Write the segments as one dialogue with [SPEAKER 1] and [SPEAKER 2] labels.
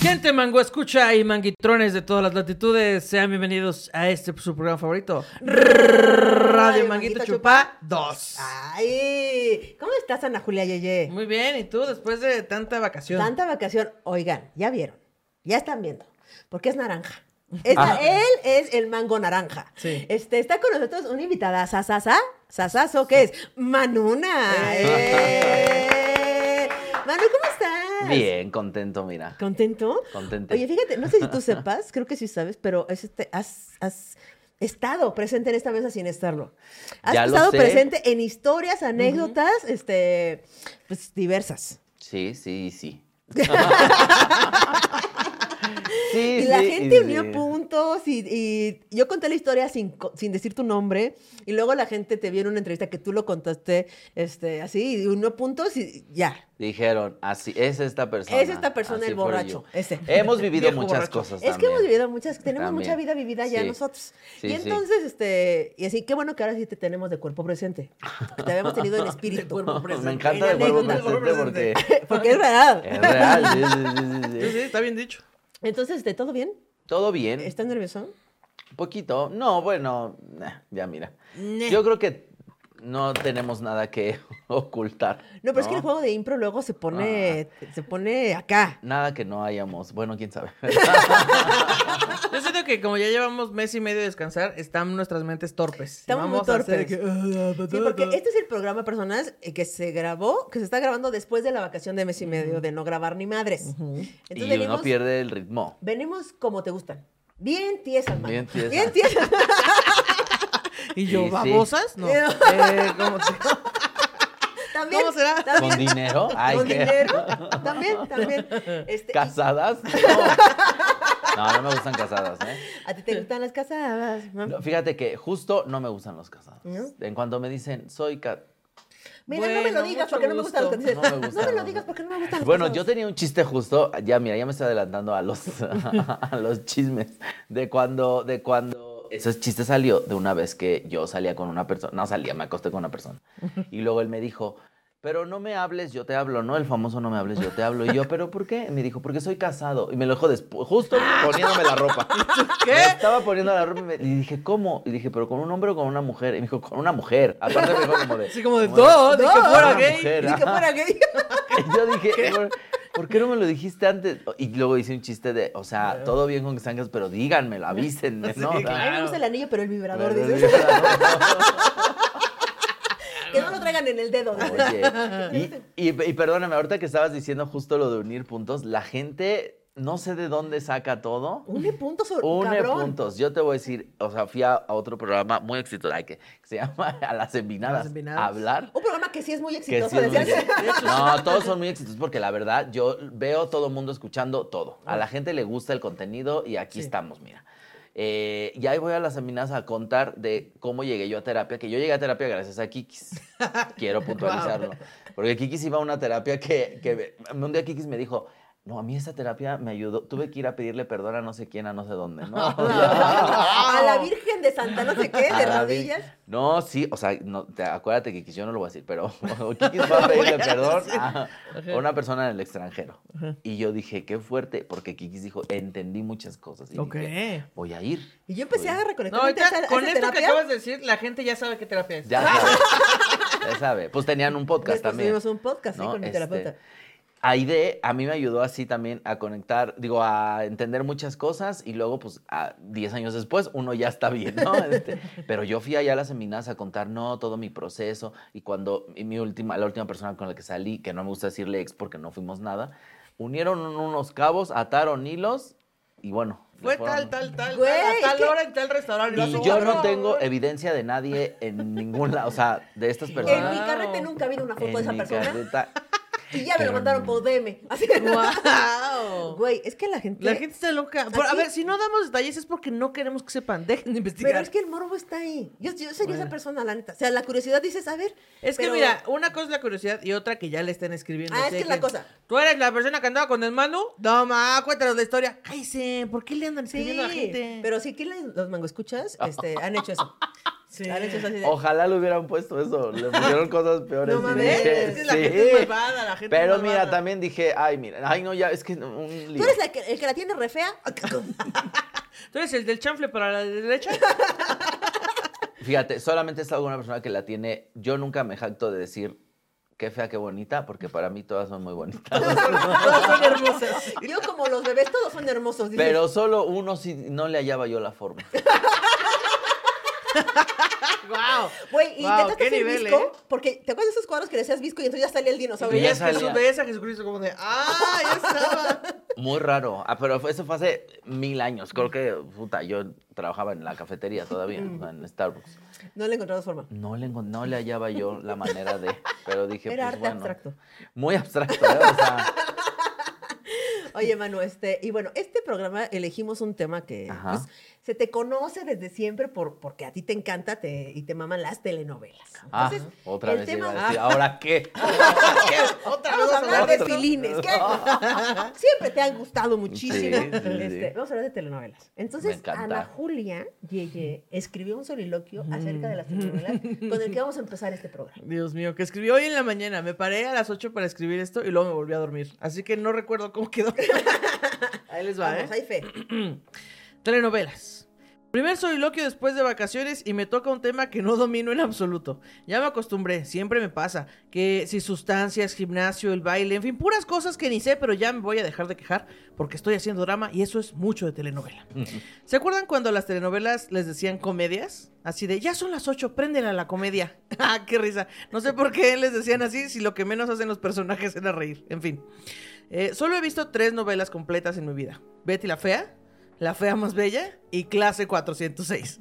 [SPEAKER 1] Gente mango escucha y manguitrones de todas las latitudes, sean bienvenidos a este su programa favorito. Radio Manguito
[SPEAKER 2] Manguito
[SPEAKER 1] Chupa 2.
[SPEAKER 2] Ay, ¿cómo estás, Ana Julia Yeye?
[SPEAKER 1] Muy bien, ¿y tú después de tanta vacación?
[SPEAKER 2] Tanta vacación. Oigan, ya vieron, ya están viendo, porque es naranja. Es-
[SPEAKER 1] Ah.
[SPEAKER 2] Él es el mango naranja.
[SPEAKER 1] Sí.
[SPEAKER 2] Este, está con nosotros una invitada, Sasasa, Sasazo, que es Manuna. ¡Eh! Manu, ¿cómo estás?
[SPEAKER 3] Bien, contento, mira.
[SPEAKER 2] ¿Contento?
[SPEAKER 3] Contento.
[SPEAKER 2] Oye, fíjate, no sé si tú sepas, creo que sí sabes, pero es este, has, has estado presente en esta mesa sin estarlo. Has
[SPEAKER 3] Ya lo
[SPEAKER 2] estado
[SPEAKER 3] sé.
[SPEAKER 2] presente en historias, anécdotas, este, pues diversas.
[SPEAKER 3] Sí, sí, sí. sí,
[SPEAKER 2] y la
[SPEAKER 3] sí,
[SPEAKER 2] gente
[SPEAKER 3] sí.
[SPEAKER 2] unió puntos y, y yo conté la historia sin, co- sin decir tu nombre y luego la gente te vio en una entrevista que tú lo contaste este, así y unió puntos y ya.
[SPEAKER 3] Dijeron, así, es esta persona.
[SPEAKER 2] Es esta persona
[SPEAKER 3] así
[SPEAKER 2] el
[SPEAKER 3] fue
[SPEAKER 2] borracho,
[SPEAKER 3] yo.
[SPEAKER 2] ese.
[SPEAKER 3] Hemos vivido
[SPEAKER 1] Viejo
[SPEAKER 3] muchas
[SPEAKER 1] borracho.
[SPEAKER 2] Es
[SPEAKER 3] cosas
[SPEAKER 2] que hemos
[SPEAKER 3] Pues también.
[SPEAKER 2] vivido muchas, tenemos
[SPEAKER 3] También.
[SPEAKER 2] mucha vida vivida ya
[SPEAKER 3] Sí.
[SPEAKER 2] nosotros.
[SPEAKER 3] Sí,
[SPEAKER 2] y
[SPEAKER 3] sí.
[SPEAKER 2] entonces, este, y así, qué bueno que ahora sí te tenemos de cuerpo presente. Te habíamos tenido en espíritu.
[SPEAKER 3] Pues Me
[SPEAKER 2] en
[SPEAKER 3] encanta de cuerpo
[SPEAKER 2] anécdota.
[SPEAKER 3] presente porque
[SPEAKER 2] Porque es verdad.
[SPEAKER 3] es real. sí, sí, sí,
[SPEAKER 1] Sí,
[SPEAKER 3] sí, sí.
[SPEAKER 1] sí, está bien dicho.
[SPEAKER 2] Entonces, este, ¿todo bien?
[SPEAKER 3] Todo bien.
[SPEAKER 2] ¿Estás nervioso?
[SPEAKER 3] Poquito. No, bueno, nah, ya mira. Yo creo que no tenemos nada que ocultar.
[SPEAKER 2] No, pero es que el juego de impro luego se pone,
[SPEAKER 3] Ah.
[SPEAKER 2] se pone acá.
[SPEAKER 3] Nada que no hayamos. Bueno, quién sabe.
[SPEAKER 1] Yo siento que como ya llevamos mes y medio de descansar, están nuestras mentes torpes.
[SPEAKER 2] Estamos muy
[SPEAKER 1] Vamos a
[SPEAKER 2] torpes.
[SPEAKER 1] hacer- "Ah,
[SPEAKER 2] Sí, porque este es el programa, personas, eh, que se grabó, que se está grabando después de la vacación de mes y medio, de no grabar ni madres. Entonces
[SPEAKER 3] y
[SPEAKER 2] venimos-
[SPEAKER 3] uno pierde el ritmo.
[SPEAKER 2] Venimos como te gustan. Bien tiesas, man.
[SPEAKER 3] Bien tiesas.
[SPEAKER 2] Bien tiesas.
[SPEAKER 1] ¿Y yo
[SPEAKER 3] Sí, sí.
[SPEAKER 1] babosas? No.
[SPEAKER 2] Eh.
[SPEAKER 1] Eh, ¿cómo se-
[SPEAKER 2] También,
[SPEAKER 1] ¿Cómo será?
[SPEAKER 2] También,
[SPEAKER 3] ¿Con dinero? Ay,
[SPEAKER 2] con
[SPEAKER 3] qué-
[SPEAKER 2] dinero. También, también. Este,
[SPEAKER 3] ¿Casadas? No. no, no me gustan casadas, ¿eh?
[SPEAKER 2] ¿A ti te gustan las casadas? mam?
[SPEAKER 3] No, fíjate que justo no me gustan los casados.
[SPEAKER 2] ¿No?
[SPEAKER 3] En cuanto me dicen, soy ca-
[SPEAKER 2] Mira, no me lo
[SPEAKER 1] Bueno,
[SPEAKER 2] digas
[SPEAKER 1] mucho
[SPEAKER 2] porque no me gustan los
[SPEAKER 1] gusto.
[SPEAKER 2] casadas.
[SPEAKER 3] No me gustan,
[SPEAKER 2] me lo
[SPEAKER 3] no.
[SPEAKER 2] digas porque no me gustan los
[SPEAKER 3] Bueno,
[SPEAKER 2] casadas.
[SPEAKER 3] yo tenía un chiste justo, ya mira, ya me estoy adelantando a los, a los chismes, de cuando, de cuando ese chiste salió de una vez que yo salía con una persona, no salía, me acosté con una persona. Y luego él me dijo, pero no me hables, yo te hablo, ¿no? El famoso no me hables, yo te hablo. Y yo, ¿pero por qué? Me dijo, porque soy casado. Y me lo dejó despu- justo poniéndome la ropa.
[SPEAKER 1] ¿Qué?
[SPEAKER 3] Me estaba poniendo la ropa y, me- y dije, ¿cómo? Y dije, ¿pero con un hombre o con una mujer? Y me dijo, con una mujer. Aparte me dijo como de...
[SPEAKER 1] Así como de
[SPEAKER 3] como
[SPEAKER 1] todo, dije
[SPEAKER 2] No.
[SPEAKER 1] fuera
[SPEAKER 3] Una
[SPEAKER 1] gay.
[SPEAKER 3] mujer,
[SPEAKER 2] Ni que
[SPEAKER 3] ajá.
[SPEAKER 2] fuera gay.
[SPEAKER 3] Y yo dije, "Bueno, ¿por qué no me lo dijiste antes? Y luego hice un chiste de, o sea, todo bien con que salgas, pero díganmelo, avísenme,
[SPEAKER 1] Sí,
[SPEAKER 3] ¿no? O sea,
[SPEAKER 1] claro.
[SPEAKER 2] A mí me gusta el anillo, pero el vibrador,
[SPEAKER 3] pero-
[SPEAKER 2] dices. Que no lo traigan en el dedo. dices.
[SPEAKER 3] Oye, y, y- y perdóname, ahorita que estabas diciendo justo lo de unir puntos, la gente no sé de dónde saca todo.
[SPEAKER 2] Une puntos sobre
[SPEAKER 3] Une
[SPEAKER 2] cabrón.
[SPEAKER 3] puntos. Yo te voy a decir, o sea, fui a, a otro programa muy exitoso, ay, que, que se llama A las Envinadas.
[SPEAKER 1] Envinadas.
[SPEAKER 3] Hablar.
[SPEAKER 2] Un programa que sí es muy
[SPEAKER 3] Que
[SPEAKER 2] exitoso.
[SPEAKER 3] sí es muy
[SPEAKER 2] decías.
[SPEAKER 3] exitoso. No, todos son muy exitosos porque la verdad yo veo todo el mundo escuchando todo. A la gente le gusta el contenido y aquí estamos, mira. Eh, y ahí voy a las aminas a contar de cómo llegué yo a terapia, que yo llegué a terapia gracias a Kikis. Quiero puntualizarlo. Porque Kikis iba a una terapia que, que me- un día Kikis me dijo, no, a mí esa terapia me ayudó. Tuve que ir a pedirle perdón a no sé quién, a no sé dónde. ¿no? O sea,
[SPEAKER 2] A la Virgen de Santa, no sé qué,
[SPEAKER 3] Ah. a
[SPEAKER 2] de
[SPEAKER 3] la
[SPEAKER 2] rodillas.
[SPEAKER 3] vi- No, sí, o sea, no, te- acuérdate que Kikis, yo no lo voy a decir, pero Kikis va a pedirle perdón a a una persona en el extranjero. Y yo dije, qué fuerte, porque Kikis dijo, entendí muchas cosas. Y
[SPEAKER 1] Ok.
[SPEAKER 3] dije, voy a ir.
[SPEAKER 2] Y yo empecé
[SPEAKER 3] Voy
[SPEAKER 2] a
[SPEAKER 3] ir.
[SPEAKER 2] reconectar
[SPEAKER 1] No, ahorita, con esto que acabas
[SPEAKER 2] de
[SPEAKER 1] de decir, la gente ya sabe qué terapia es.
[SPEAKER 3] Ya sabe, ya sabe. Pues tenían un podcast también.
[SPEAKER 2] Tuvimos un podcast sí,
[SPEAKER 3] ¿no?
[SPEAKER 2] con mi
[SPEAKER 3] Este,
[SPEAKER 2] terapeuta.
[SPEAKER 3] Aide a mí me ayudó así también a conectar, digo, a entender muchas cosas y luego, pues, a 10 años después, uno ya está bien, ¿no? Este, pero yo fui allá a las seminarias a contar, no, todo mi proceso y cuando y mi última, la última persona con la que salí, que no me gusta decirle ex porque no fuimos nada, unieron un- unos cabos, ataron hilos y bueno. le
[SPEAKER 1] Fue
[SPEAKER 3] fueron-
[SPEAKER 1] tal, tal, tal,
[SPEAKER 2] Güey,
[SPEAKER 1] tal, a
[SPEAKER 2] es
[SPEAKER 1] tal
[SPEAKER 2] que-
[SPEAKER 1] hora en tal restaurante. lo hace
[SPEAKER 3] Y yo
[SPEAKER 1] cabrón.
[SPEAKER 3] no tengo evidencia de nadie en ningún lado, o sea, de estas
[SPEAKER 2] En mi
[SPEAKER 3] personas.
[SPEAKER 2] carrete nunca vi una foto de
[SPEAKER 3] en
[SPEAKER 2] esa
[SPEAKER 3] mi
[SPEAKER 2] persona.
[SPEAKER 3] carreta.
[SPEAKER 2] Y ya me lo
[SPEAKER 3] Pero
[SPEAKER 2] mandaron
[SPEAKER 3] no.
[SPEAKER 2] por DM. Así.
[SPEAKER 1] ¡Guau!
[SPEAKER 2] Güey, es que la gente.
[SPEAKER 1] La gente está loca. Pero, a
[SPEAKER 2] Así-
[SPEAKER 1] ver, si no damos detalles es porque no queremos que sepan. Dejen de investigar.
[SPEAKER 2] Pero es que el morbo está ahí. Yo, yo sería
[SPEAKER 1] Bueno.
[SPEAKER 2] esa persona, la neta. O sea, la curiosidad dices, a ver.
[SPEAKER 1] Es que
[SPEAKER 2] pero-
[SPEAKER 1] mira, una cosa es la curiosidad y otra que ya le están escribiendo.
[SPEAKER 2] Ah,
[SPEAKER 1] Sí,
[SPEAKER 2] es que es la cosa.
[SPEAKER 1] ¿Tú eres la persona que andaba con el Manu? No, ma, cuéntanos la historia. Cállese, ¿por qué le andan
[SPEAKER 2] Sí,
[SPEAKER 1] escribiendo a la gente?
[SPEAKER 2] pero sí que les- los mango escuchas este, han hecho eso. Sí. Alex es así
[SPEAKER 1] Oh,
[SPEAKER 2] de-
[SPEAKER 3] Ojalá le hubieran puesto eso. Le pusieron cosas peores.
[SPEAKER 2] No
[SPEAKER 3] y
[SPEAKER 2] mames,
[SPEAKER 3] dije,
[SPEAKER 2] es que
[SPEAKER 1] la gente es
[SPEAKER 3] "Sí".
[SPEAKER 1] malvada, la gente es
[SPEAKER 3] Pero mira,
[SPEAKER 1] malvada.
[SPEAKER 3] también dije, ay, mira, ay, no, ya, es que no, un
[SPEAKER 2] ¿Tú
[SPEAKER 3] lío.
[SPEAKER 2] eres la que- el que la tiene re fea?
[SPEAKER 1] ¿Tú eres el del chanfle para la derecha?
[SPEAKER 3] Fíjate, solamente es alguna persona que la tiene. Yo nunca me jacto de decir qué fea, qué bonita, porque para mí todas son muy bonitas.
[SPEAKER 2] Todos son hermosos. Yo como los bebés, todos son hermosos. dices,
[SPEAKER 3] Pero solo uno sí no le hallaba yo la forma.
[SPEAKER 1] ¡Wow!
[SPEAKER 2] Güey,
[SPEAKER 1] Wow,
[SPEAKER 2] intentaste
[SPEAKER 1] qué
[SPEAKER 2] hacer
[SPEAKER 1] nivel,
[SPEAKER 2] visco,
[SPEAKER 1] ¿eh?
[SPEAKER 2] porque te acuerdas de esos cuadros que decías visco y entonces ya salía el dinosaurio.
[SPEAKER 3] Y ya
[SPEAKER 1] Veías a Jesús,
[SPEAKER 3] salía.
[SPEAKER 1] veías a Jesucristo como de, ¡ah, ya estaba!
[SPEAKER 3] Muy raro. Ah, pero fue- eso fue hace mil años. Creo que, puta, yo trabajaba en la cafetería todavía,
[SPEAKER 2] Mm.
[SPEAKER 3] en Starbucks.
[SPEAKER 2] No le encontraba forma.
[SPEAKER 3] No le, encon- no le hallaba yo la manera de. Pero dije,
[SPEAKER 2] Era
[SPEAKER 3] pues
[SPEAKER 2] arte
[SPEAKER 3] bueno.
[SPEAKER 2] abstracto.
[SPEAKER 3] Muy abstracto, ¿eh? O sea,
[SPEAKER 2] Oye, Manu, este, y bueno, este programa elegimos un tema que
[SPEAKER 3] Ajá.
[SPEAKER 2] pues, se te conoce desde siempre por, porque a ti te encanta te- y te maman las telenovelas.
[SPEAKER 3] ah,
[SPEAKER 2] Entonces,
[SPEAKER 3] otra
[SPEAKER 2] el
[SPEAKER 3] vez
[SPEAKER 2] tema-
[SPEAKER 3] iba a decir, ah, ¿ahora qué?
[SPEAKER 1] ¡Otra
[SPEAKER 2] Vamos a hablar de
[SPEAKER 3] esto.
[SPEAKER 2] filines. ¿qué? Siempre te han gustado muchísimo.
[SPEAKER 3] Sí, sí, sí.
[SPEAKER 2] Este, vamos a hablar de telenovelas.
[SPEAKER 3] Me
[SPEAKER 2] Entonces,
[SPEAKER 3] encanta. Mm.
[SPEAKER 2] Ana Julia Yeye escribió un soliloquio acerca de las telenovelas con el que vamos a empezar este programa.
[SPEAKER 1] Dios mío, que escribí hoy en la mañana. Me paré a las 8 para escribir esto y luego me volví a dormir. Así que no recuerdo cómo quedó. Ahí les va,
[SPEAKER 2] Vamos,
[SPEAKER 1] ¿eh?
[SPEAKER 2] hay fe.
[SPEAKER 1] Telenovelas. Primer soliloquio después de vacaciones y me toca un tema que no domino en absoluto. Ya me acostumbré, siempre me pasa. Que si sustancias, gimnasio, el baile, en fin, puras cosas que ni sé, pero ya me voy a dejar de quejar porque estoy haciendo drama y eso es mucho de telenovela. ¿Se acuerdan cuando a las telenovelas les decían comedias? Así de, ya son las 8, préndela la comedia. ¡Ah, qué risa! No sé por qué les decían así si lo que menos hacen los personajes era reír. En fin. Eh, solo he visto tres novelas completas en mi vida. Betty la Fea, La Fea Más Bella y Clase 406.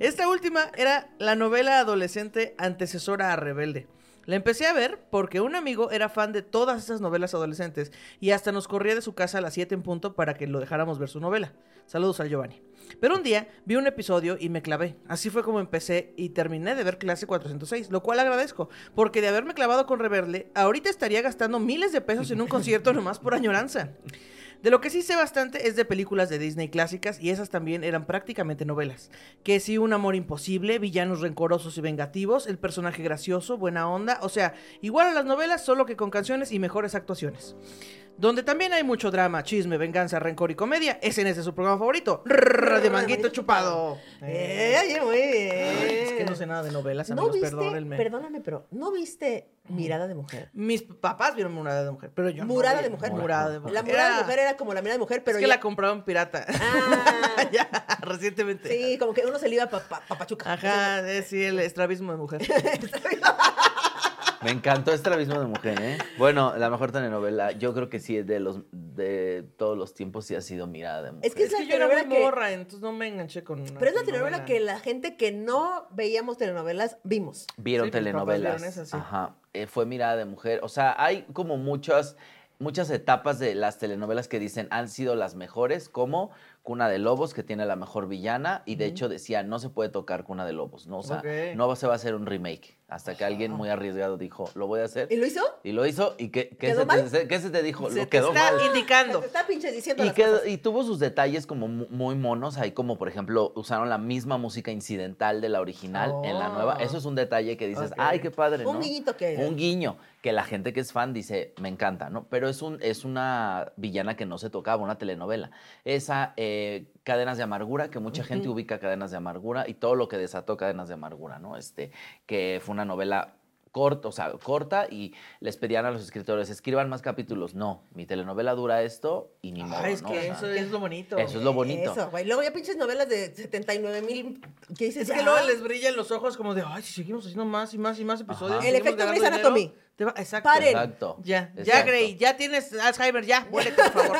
[SPEAKER 1] Esta última era la novela adolescente antecesora a Rebelde. La empecé a ver porque un amigo era fan de todas esas novelas adolescentes y hasta nos corría de su casa a las 7 en punto para que lo dejáramos ver su novela. Saludos al Giovanni. Pero un día vi un episodio y me clavé. Así fue como empecé y terminé de ver clase 406, lo cual agradezco, porque de haberme clavado con Reverde, ahorita estaría gastando miles de pesos en un concierto nomás por añoranza. De lo que sí sé bastante es de películas de Disney clásicas y esas también eran prácticamente novelas. Que sí, un amor imposible, villanos rencorosos y vengativos, el personaje gracioso, buena onda, o sea, igual a las novelas, solo que con canciones y mejores actuaciones. Donde también hay mucho drama, chisme, venganza, rencor y comedia, ese es su programa favorito, Radio Manguito Chupado.
[SPEAKER 2] Eh, oye, muy bien.
[SPEAKER 1] Es que no sé nada de novelas,
[SPEAKER 2] ¿No
[SPEAKER 1] amigos,
[SPEAKER 2] viste,
[SPEAKER 1] perdónenme.
[SPEAKER 2] perdóname, pero ¿no viste Mirada de Mujer?
[SPEAKER 1] Mis papás vieron Murada de Mujer, pero yo no
[SPEAKER 2] Murada
[SPEAKER 1] vi
[SPEAKER 2] de mujer.
[SPEAKER 1] Murada de Mujer.
[SPEAKER 2] La mirada
[SPEAKER 1] Era-
[SPEAKER 2] de mujer era como la mirada de mujer, pero
[SPEAKER 1] es que
[SPEAKER 2] ya-
[SPEAKER 1] la compraron pirata.
[SPEAKER 2] Ah,
[SPEAKER 1] ya, recientemente.
[SPEAKER 2] sí, como que uno se le iba a pa, pa- papachuca.
[SPEAKER 1] Ajá, eh, sí, el estrabismo de mujer.
[SPEAKER 3] Me encantó este abismo de mujer, ¿eh? Bueno, la mejor telenovela, yo creo que sí, de los de todos los tiempos sí ha sido mirada de mujer.
[SPEAKER 2] Es que
[SPEAKER 1] Es
[SPEAKER 2] es la
[SPEAKER 1] que yo era muy
[SPEAKER 2] telenovela que...
[SPEAKER 1] morra, entonces no me enganché con una
[SPEAKER 2] Pero es la
[SPEAKER 1] telenovela.
[SPEAKER 2] telenovela que la gente que no veíamos telenovelas vimos.
[SPEAKER 3] Vieron
[SPEAKER 1] Sí, mis
[SPEAKER 3] telenovelas.
[SPEAKER 1] papás vieron esas, sí.
[SPEAKER 3] Ajá. Eh, fue mirada de mujer. O sea, hay como muchas, muchas etapas de las telenovelas que dicen han sido las mejores, como Cuna de Lobos, que tiene la mejor villana, y de hecho decía, no se puede tocar Cuna de Lobos. No, o sea,
[SPEAKER 1] Ok.
[SPEAKER 3] no se va a hacer un remake. Hasta que alguien muy arriesgado dijo, lo voy a hacer.
[SPEAKER 2] ¿Y lo hizo?
[SPEAKER 3] Y lo hizo, y ¿qué, qué
[SPEAKER 2] ¿Quedó
[SPEAKER 3] se,
[SPEAKER 2] mal?
[SPEAKER 3] te, qué se te dijo?
[SPEAKER 1] Se
[SPEAKER 3] lo
[SPEAKER 1] te
[SPEAKER 3] quedó
[SPEAKER 1] está
[SPEAKER 3] mal.
[SPEAKER 1] indicando.
[SPEAKER 2] Te está pinches diciendo
[SPEAKER 3] Y,
[SPEAKER 2] las
[SPEAKER 3] quedó-
[SPEAKER 2] cosas.
[SPEAKER 3] y tuvo sus detalles como mu- muy monos, ahí como por ejemplo usaron la misma música incidental de la original en la nueva.
[SPEAKER 1] Oh.
[SPEAKER 3] Eso es un detalle que dices,
[SPEAKER 1] Ok.
[SPEAKER 3] ay, qué padre.
[SPEAKER 2] Un
[SPEAKER 3] ¿no?
[SPEAKER 2] guiñito que-
[SPEAKER 3] Un guiño, que la gente que es fan dice, me encanta, ¿no? Pero es, un, es una villana que no se tocaba, una telenovela. Esa eh, Cadenas de Amargura, que mucha gente ubica Cadenas de Amargura y todo lo que desató Cadenas de Amargura, ¿no? Este, que fue una novela corta, o sea, corta y les pedían a los escritores, escriban más capítulos. No, mi telenovela dura esto y ni modo,
[SPEAKER 1] Ay, Ah, es
[SPEAKER 3] ¿no?
[SPEAKER 1] que
[SPEAKER 3] O sea,
[SPEAKER 1] eso es lo bonito.
[SPEAKER 3] eso es lo bonito.
[SPEAKER 2] Eso, güey. Luego ya pinches novelas de 79 mil que dices.
[SPEAKER 1] Es que
[SPEAKER 2] "Ah".
[SPEAKER 1] luego les brillan los ojos como de, ay, si seguimos haciendo más y más y más episodios.
[SPEAKER 3] Ajá.
[SPEAKER 1] y
[SPEAKER 2] El
[SPEAKER 1] seguimos
[SPEAKER 2] efecto Grey's
[SPEAKER 1] ganando
[SPEAKER 2] Anatomy.
[SPEAKER 1] dinero, te va- Exacto.
[SPEAKER 2] Paren.
[SPEAKER 3] Exacto.
[SPEAKER 1] Ya, ya,
[SPEAKER 3] exacto.
[SPEAKER 1] Grey, ya tienes Alzheimer, ya, muérete, por favor.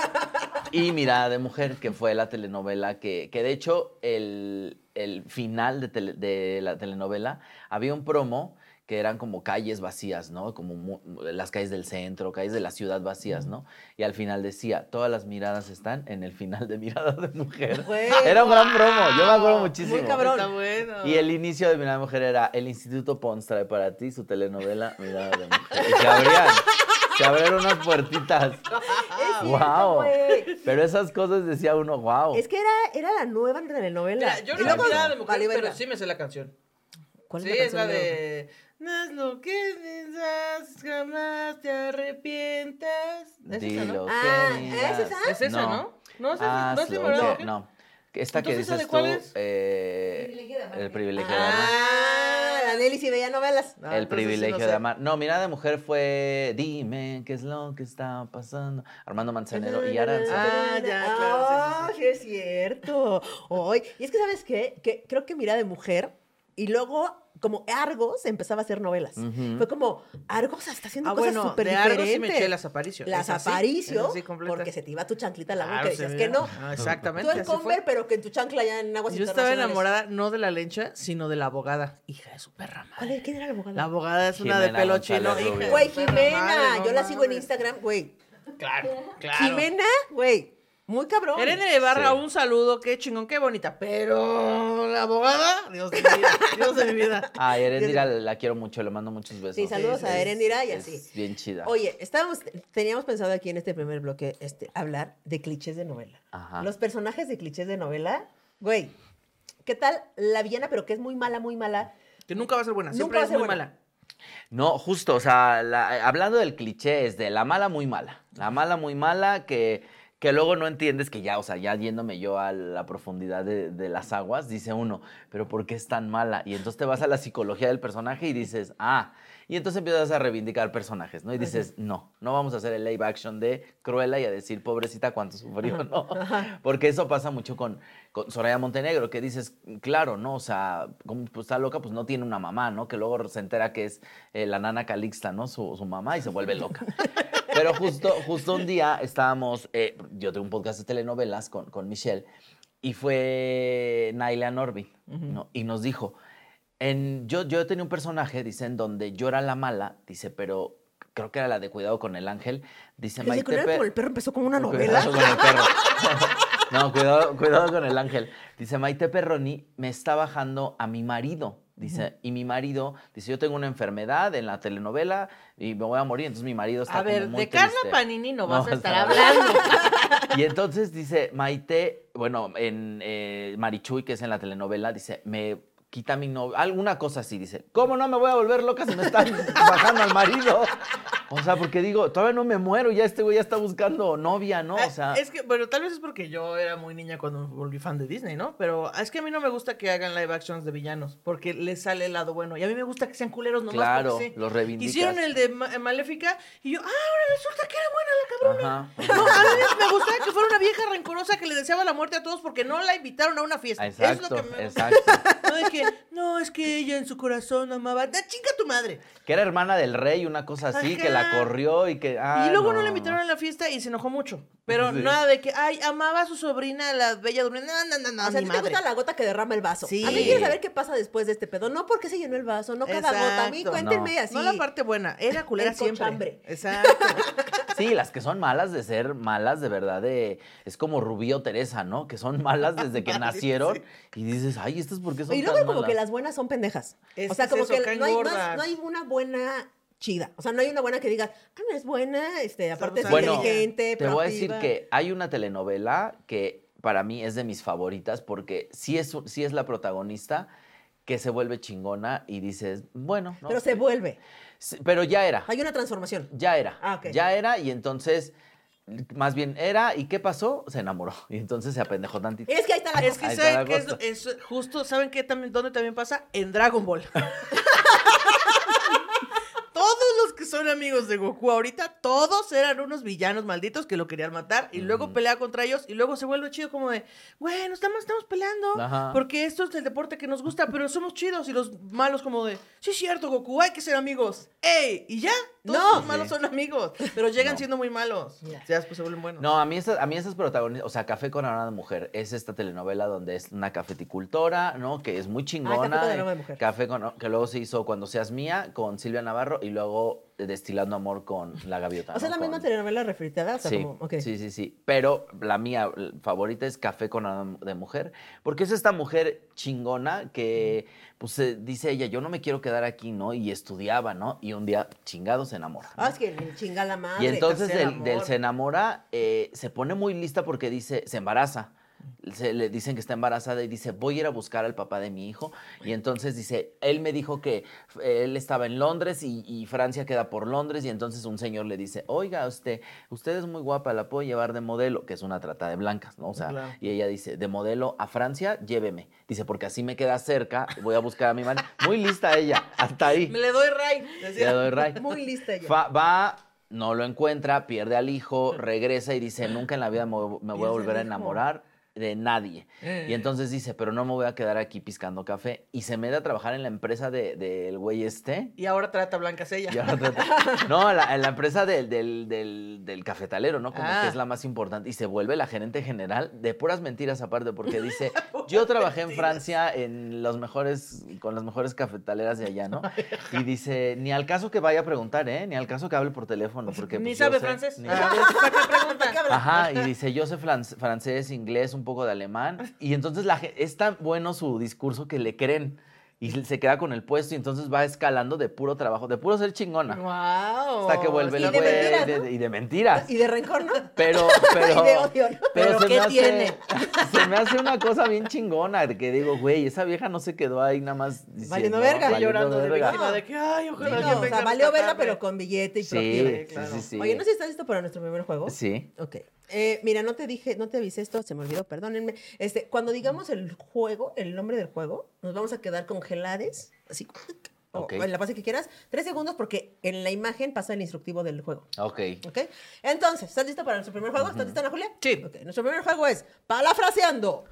[SPEAKER 3] Y Mirada de Mujer, que fue la telenovela que, que de hecho, el, el final de, tele- de la telenovela, había un promo que eran como calles vacías, ¿no? Como mu- las calles del centro, calles de la ciudad vacías, ¿no? Y al final decía, todas las miradas están en el final de Mirada de Mujer.
[SPEAKER 2] Güey.
[SPEAKER 3] Ah, Era un gran promo, yo me acuerdo
[SPEAKER 1] Muy
[SPEAKER 3] muchísimo.
[SPEAKER 2] cabrón.
[SPEAKER 1] Está bueno.
[SPEAKER 3] Y el inicio de Mirada de Mujer era El Instituto Pons trae para ti su telenovela Mirada de Mujer. Y se abrían, se abrieron unas puertitas.
[SPEAKER 2] cierto,
[SPEAKER 3] ¡Wow!
[SPEAKER 2] güey.
[SPEAKER 3] Pero esas cosas decía uno, wow.
[SPEAKER 2] Es que era, era la nueva telenovela.
[SPEAKER 1] Mira, yo
[SPEAKER 2] Y
[SPEAKER 1] no vi
[SPEAKER 2] luego-
[SPEAKER 1] nada de mujer,
[SPEAKER 2] Vale,
[SPEAKER 1] pero
[SPEAKER 2] verga.
[SPEAKER 1] sí me sé la canción.
[SPEAKER 2] ¿Cuál
[SPEAKER 1] sí,
[SPEAKER 2] es la
[SPEAKER 1] es la
[SPEAKER 2] canción de Oro?
[SPEAKER 1] de. No es lo que piensas, jamás te arrepientas. ¿Es esa,
[SPEAKER 3] Dilo
[SPEAKER 1] no?
[SPEAKER 3] que
[SPEAKER 2] Ah,
[SPEAKER 3] digas.
[SPEAKER 2] ¿es esa?
[SPEAKER 1] ¿Es esa, no? No, es
[SPEAKER 3] Ah,
[SPEAKER 1] esa- no es
[SPEAKER 3] sí,
[SPEAKER 1] la verdad.
[SPEAKER 3] ok, no. Esta que
[SPEAKER 1] Entonces, ¿esa
[SPEAKER 3] dices
[SPEAKER 1] de
[SPEAKER 3] tú,
[SPEAKER 1] cuál es?
[SPEAKER 3] eh,
[SPEAKER 4] Privilegio de amar.
[SPEAKER 3] el privilegio de amar.
[SPEAKER 2] Ah, la Nelly si veía novelas.
[SPEAKER 1] Ah,
[SPEAKER 3] el
[SPEAKER 1] entonces sí,
[SPEAKER 3] privilegio
[SPEAKER 1] no sé.
[SPEAKER 3] de amar. No, mirada de mujer fue Dime qué es lo que está pasando. Armando Manzanero y Aranza.
[SPEAKER 1] Ah, ya, claro,
[SPEAKER 2] Ah,
[SPEAKER 1] sí, sí, sí.
[SPEAKER 2] sí es cierto. Hoy, y es que, ¿sabes qué? Que creo que Mira de Mujer y luego, como Argos empezaba a hacer novelas.
[SPEAKER 3] Ujú.
[SPEAKER 2] Fue como, Argos hasta haciendo
[SPEAKER 1] Ah,
[SPEAKER 2] cosas
[SPEAKER 1] bueno,
[SPEAKER 2] súper
[SPEAKER 1] de Argos
[SPEAKER 2] diferentes.
[SPEAKER 1] sí me eché las Aparicio.
[SPEAKER 2] Las
[SPEAKER 1] Esa sí,
[SPEAKER 2] Aparicio,
[SPEAKER 1] esa sí, completa.
[SPEAKER 2] porque se te iba tu chanclita a la boca
[SPEAKER 1] Claro,
[SPEAKER 2] y
[SPEAKER 1] se ve.
[SPEAKER 2] decías que no.
[SPEAKER 1] Ah,
[SPEAKER 2] Tú
[SPEAKER 1] exactamente.
[SPEAKER 2] en
[SPEAKER 1] así fue.
[SPEAKER 2] Conver, pero que en tu chancla ya en aguas
[SPEAKER 1] Yo estaba
[SPEAKER 2] internacionales.
[SPEAKER 1] enamorada no de la lencha, sino de la abogada. Hija de su perra
[SPEAKER 2] ¿Cuál
[SPEAKER 1] madre.
[SPEAKER 2] era? ¿Quién era la abogada?
[SPEAKER 1] La abogada es una de
[SPEAKER 3] Jimena
[SPEAKER 1] pelo
[SPEAKER 3] González
[SPEAKER 1] chino.
[SPEAKER 3] Rubio.
[SPEAKER 1] hija de
[SPEAKER 2] Güey,
[SPEAKER 1] su perra
[SPEAKER 2] Jimena.
[SPEAKER 1] madre, no
[SPEAKER 2] yo la sigo en
[SPEAKER 1] mames.
[SPEAKER 2] Instagram, güey.
[SPEAKER 1] Claro, claro.
[SPEAKER 2] Jimena, güey. Muy cabrón.
[SPEAKER 1] Elena de Barra,
[SPEAKER 3] Sí.
[SPEAKER 1] un saludo, qué chingón, qué bonita. Pero la abogada, Dios de mi vida, Dios de mi vida.
[SPEAKER 3] Ah, Erendira la quiero mucho, le mando muchos besos.
[SPEAKER 2] Sí, saludos
[SPEAKER 1] Sí,
[SPEAKER 2] a
[SPEAKER 1] sí,
[SPEAKER 2] Erendira y
[SPEAKER 3] Es
[SPEAKER 2] así.
[SPEAKER 3] Bien chida.
[SPEAKER 2] Oye, estábamos, teníamos pensado aquí en este primer bloque este, hablar de clichés de novela.
[SPEAKER 3] Ajá.
[SPEAKER 2] Los personajes de clichés de novela, güey, ¿qué tal la villana, pero que es muy mala, muy mala?
[SPEAKER 1] Que nunca va a ser buena,
[SPEAKER 2] Nunca
[SPEAKER 1] siempre
[SPEAKER 2] va a
[SPEAKER 1] es
[SPEAKER 2] ser
[SPEAKER 1] muy
[SPEAKER 2] buena.
[SPEAKER 1] mala.
[SPEAKER 3] No, justo, o sea, la- hablando del cliché, es de la mala muy mala. La mala muy mala que, que luego no entiendes que ya, o sea, ya yéndome yo a la profundidad de, de las aguas, dice uno, pero ¿por qué es tan mala? Y entonces te vas a la psicología del personaje y dices, ah, y entonces empiezas a reivindicar personajes, ¿no? Y dices, no, no vamos a hacer el live action de Cruella y a decir, pobrecita, cuánto sufrió, no. Porque eso pasa mucho con, con Soraya Montenegro, que dices, claro, ¿no? O sea, como pues, está loca, pues no tiene una mamá, ¿no? Que luego se entera que es eh, la nana Calixta, ¿no? Su, su mamá y se vuelve loca. Pero justo, justo un día estábamos, eh, yo tengo un podcast de telenovelas con, con Michelle y fue Naila Norby, ¿no? Y nos dijo, en, yo, yo tenía un personaje, dicen, donde yo era la mala, dice, pero creo que era la de Cuidado con el Ángel,
[SPEAKER 2] Desde
[SPEAKER 3] dice
[SPEAKER 2] que
[SPEAKER 3] Maite
[SPEAKER 2] Cuidado
[SPEAKER 3] Pe- Ah,
[SPEAKER 2] con el perro empezó como una novela.
[SPEAKER 3] Cuidado con el perro. No, cuidado, cuidado con el ángel. Dice Maite Perroni, me está bajando a mi marido. Dice, y mi marido, dice, yo tengo una enfermedad en la telenovela y me voy a morir. Entonces mi marido está
[SPEAKER 1] A ver,
[SPEAKER 3] como muy
[SPEAKER 1] de Carla
[SPEAKER 3] triste.
[SPEAKER 1] Panini no, vas a estar
[SPEAKER 3] está-
[SPEAKER 1] hablando.
[SPEAKER 3] Y entonces dice Maite, bueno, en eh, Marichuy, que es en la telenovela, dice, me quita mi novio, alguna cosa así, dice, ¿cómo no me voy a volver loca si me están bajando al marido? O sea, porque digo, todavía no me muero, ya este güey ya está buscando novia, ¿no? O sea,
[SPEAKER 1] Ah, es que, bueno, tal vez es porque yo era muy niña cuando me volví fan de Disney, ¿no? Pero es que a mí no me gusta que hagan live actions de villanos, porque les sale el lado bueno. Y a mí me gusta que sean culeros nomás.
[SPEAKER 3] Claro,
[SPEAKER 1] porque sí.
[SPEAKER 3] los reivindicas.
[SPEAKER 1] Hicieron el de Ma- Maléfica y yo, ah, ahora resulta que era buena la cabrona.
[SPEAKER 3] Ajá.
[SPEAKER 1] No, a mí me gustaba que fuera una vieja rencorosa que le deseaba la muerte a todos porque no la invitaron a una fiesta. Eso es
[SPEAKER 3] Exacto,
[SPEAKER 1] lo que me gusta.
[SPEAKER 3] exacto.
[SPEAKER 1] No de que, no, es que ella en su corazón amaba. Da chinga tu madre.
[SPEAKER 3] Que era hermana del rey, una cosa así, que la
[SPEAKER 1] Ajá.
[SPEAKER 3] corrió y que. ah,
[SPEAKER 1] y luego no. la invitaron a la fiesta y se enojó mucho. Pero
[SPEAKER 3] Sí.
[SPEAKER 1] nada de que, ay, amaba a su sobrina, la bella durmiente. No, no, no, no.
[SPEAKER 2] O sea, a ti te gusta la gota que derrama el vaso.
[SPEAKER 1] Sí.
[SPEAKER 2] A mí quiero saber qué pasa después de este pedo. No porque se llenó el vaso, no cada gota. A mí
[SPEAKER 1] Exacto.
[SPEAKER 2] cuéntenme
[SPEAKER 3] No.
[SPEAKER 2] así.
[SPEAKER 1] No la parte buena, era culera
[SPEAKER 2] El
[SPEAKER 1] siempre.
[SPEAKER 2] cochambre.
[SPEAKER 1] Exacto.
[SPEAKER 3] Sí, las que son malas de ser malas, de verdad, de. Es como Rubí o Teresa, ¿no? Que son malas desde que nacieron. Y dices, ay, estas por qué son
[SPEAKER 2] y luego
[SPEAKER 3] tan
[SPEAKER 2] como
[SPEAKER 3] malas?"
[SPEAKER 2] que las buenas son pendejas.
[SPEAKER 1] Es
[SPEAKER 2] o sea,
[SPEAKER 1] que es
[SPEAKER 2] como
[SPEAKER 1] eso,
[SPEAKER 2] que
[SPEAKER 1] caen
[SPEAKER 2] no hay, no
[SPEAKER 1] gordas.
[SPEAKER 2] hay- no hay una buena chida. O sea, no hay una buena que digas, ah, no es buena, este, aparte es
[SPEAKER 1] abusando.
[SPEAKER 2] inteligente,
[SPEAKER 3] te voy a decir
[SPEAKER 2] proactiva".
[SPEAKER 3] que hay una telenovela que para mí es de mis favoritas porque sí es, un- sí es la protagonista que se vuelve chingona y dices, bueno. no,
[SPEAKER 2] Pero se vuelve.
[SPEAKER 3] sí, Pero ya era.
[SPEAKER 2] Hay una transformación.
[SPEAKER 3] Ya era.
[SPEAKER 2] Ah, ok.
[SPEAKER 3] Ya era y entonces, más bien era, ¿y qué pasó? Se enamoró. Y entonces se apendejó tantito.
[SPEAKER 2] Es que ahí está la
[SPEAKER 1] Es
[SPEAKER 2] cosa.
[SPEAKER 1] que
[SPEAKER 3] Ahí está
[SPEAKER 1] saben
[SPEAKER 3] la
[SPEAKER 1] que es,
[SPEAKER 3] cosa.
[SPEAKER 1] es justo, ¿saben qué también dónde también pasa? En Dragon Ball. todos los que son amigos de Goku ahorita, todos eran unos villanos malditos que lo querían matar y luego pelea contra ellos y luego se vuelve chido como de, bueno, estamos, estamos peleando
[SPEAKER 3] Ajá.
[SPEAKER 1] porque esto es el deporte que nos gusta, pero somos chidos y los malos como de, sí es cierto Goku, hay que ser amigos. ¡Ey! Y ya, todos
[SPEAKER 2] No.
[SPEAKER 1] los malos son amigos, pero llegan
[SPEAKER 3] No.
[SPEAKER 1] siendo muy malos.
[SPEAKER 2] Ya.
[SPEAKER 1] Ya después se vuelven buenos.
[SPEAKER 3] No, a mí, esas, a mí esas protagonistas, o sea, Café con aroma de mujer, es esta telenovela donde es una cafeticultora, ¿no? Que es muy chingona.
[SPEAKER 2] Ah, con
[SPEAKER 3] eh,
[SPEAKER 2] aroma de mujer.
[SPEAKER 3] Café con- que luego se hizo Cuando seas mía con Silvia Navarro y luego eh, Destilando amor con La Gaviota.
[SPEAKER 2] O sea,
[SPEAKER 3] ¿no?
[SPEAKER 2] la misma
[SPEAKER 3] Con-
[SPEAKER 2] telenovela refritada. O sea,
[SPEAKER 3] Sí,
[SPEAKER 2] como, ok.
[SPEAKER 3] sí, sí, sí. Pero la mía l- favorita es Café con aroma de mujer, porque es esta mujer chingona que, pues, eh, dice ella, yo no me quiero quedar aquí, ¿no? Y estudiaba, ¿no? Y un día chingado se enamora. ¿no?
[SPEAKER 2] Ah, es que el chinga la madre.
[SPEAKER 3] y entonces
[SPEAKER 1] tercer
[SPEAKER 3] del, del
[SPEAKER 1] amor.
[SPEAKER 3] se enamora, eh, se pone muy lista porque dice, se embaraza. se le dicen que está embarazada y dice, voy a ir a buscar al papá de mi hijo. Y entonces dice, él me dijo que eh, él estaba en Londres y, y Francia queda por Londres y entonces un señor le dice, oiga, usted, usted es muy guapa, la puedo llevar de modelo, que es una trata de blancas, ¿no? O sea,
[SPEAKER 1] Claro.
[SPEAKER 3] y ella dice, de modelo a Francia, lléveme. Dice, porque así me queda cerca, voy a buscar a mi man. Muy lista ella, hasta ahí.
[SPEAKER 2] Me le doy ray.
[SPEAKER 3] Le doy ray.
[SPEAKER 2] Muy lista ya.
[SPEAKER 3] Fa- va, no lo encuentra, pierde al hijo, regresa y dice, nunca en la vida me, vo- me voy
[SPEAKER 2] Pierde
[SPEAKER 3] a
[SPEAKER 2] al
[SPEAKER 3] volver a
[SPEAKER 2] hijo.
[SPEAKER 3] enamorar de nadie. Y entonces dice, pero no me voy a quedar aquí piscando café. Y se mete a trabajar en la empresa del de, del güey este.
[SPEAKER 1] Y ahora trata a Blanca Sella.
[SPEAKER 3] Y ahora trata- no, en la, en la empresa del, del- del- del cafetalero, ¿no? Como
[SPEAKER 1] Ah.
[SPEAKER 3] que es la más importante. Y se vuelve la gerente general de puras mentiras aparte, porque dice, yo trabajé en Francia en los mejores, con las mejores cafetaleras de allá, ¿no? Y dice, ni al caso que vaya a preguntar, ¿eh? Ni al caso que hable por teléfono, porque...
[SPEAKER 1] Ni
[SPEAKER 3] pues, yo
[SPEAKER 1] sabe
[SPEAKER 3] sé-
[SPEAKER 1] francés.
[SPEAKER 3] ni-
[SPEAKER 1] Ah.
[SPEAKER 3] Ajá, y dice, yo sé flan- francés, inglés, un poco de alemán. Y entonces la, ge- es tan bueno su discurso que le creen. Y se queda con el puesto y entonces va escalando de puro trabajo, de puro ser chingona.
[SPEAKER 1] Wow.
[SPEAKER 3] Hasta que vuelve
[SPEAKER 2] Y
[SPEAKER 3] el
[SPEAKER 2] de
[SPEAKER 3] güey
[SPEAKER 2] mentiras,
[SPEAKER 3] de-
[SPEAKER 2] ¿no?
[SPEAKER 3] y de mentiras.
[SPEAKER 2] Y de rencor, ¿no?
[SPEAKER 3] Pero, pero.
[SPEAKER 2] Y de odio, ¿no? ¿Pero
[SPEAKER 3] Pero, se
[SPEAKER 2] qué
[SPEAKER 3] me hace,
[SPEAKER 2] tiene?
[SPEAKER 3] Se me hace una cosa bien chingona de que digo, güey, esa vieja no se quedó ahí nada más diciendo.
[SPEAKER 2] Valiendo verga.
[SPEAKER 1] Y
[SPEAKER 3] valiendo
[SPEAKER 1] llorando de
[SPEAKER 3] verga.
[SPEAKER 1] víctima de que, ay, ojalá
[SPEAKER 2] No,
[SPEAKER 1] alguien
[SPEAKER 2] o
[SPEAKER 1] venga
[SPEAKER 2] sea,
[SPEAKER 1] a
[SPEAKER 2] valió verla,
[SPEAKER 1] rescatarme.
[SPEAKER 2] pero con billete y
[SPEAKER 3] Sí,
[SPEAKER 2] propina.
[SPEAKER 3] sí,
[SPEAKER 1] claro.
[SPEAKER 3] sí, sí.
[SPEAKER 2] Oye, ¿no sé si estás listo para nuestro primer juego?
[SPEAKER 3] Sí.
[SPEAKER 2] Ok. Eh, mira, no te dije, no te avisé esto, se me olvidó, perdónenme. Este, cuando digamos el juego, el nombre del juego, nos vamos a quedar congelades, así, o-
[SPEAKER 3] Ok.
[SPEAKER 2] o en la fase que quieras, tres segundos porque en la imagen pasa el instructivo del juego.
[SPEAKER 3] Ok.
[SPEAKER 2] ¿Ok? Entonces, ¿estás listo para nuestro primer juego? ¿Estás lista, Ana Julia?
[SPEAKER 1] Sí.
[SPEAKER 2] Ok, nuestro primer juego es Palafraseando.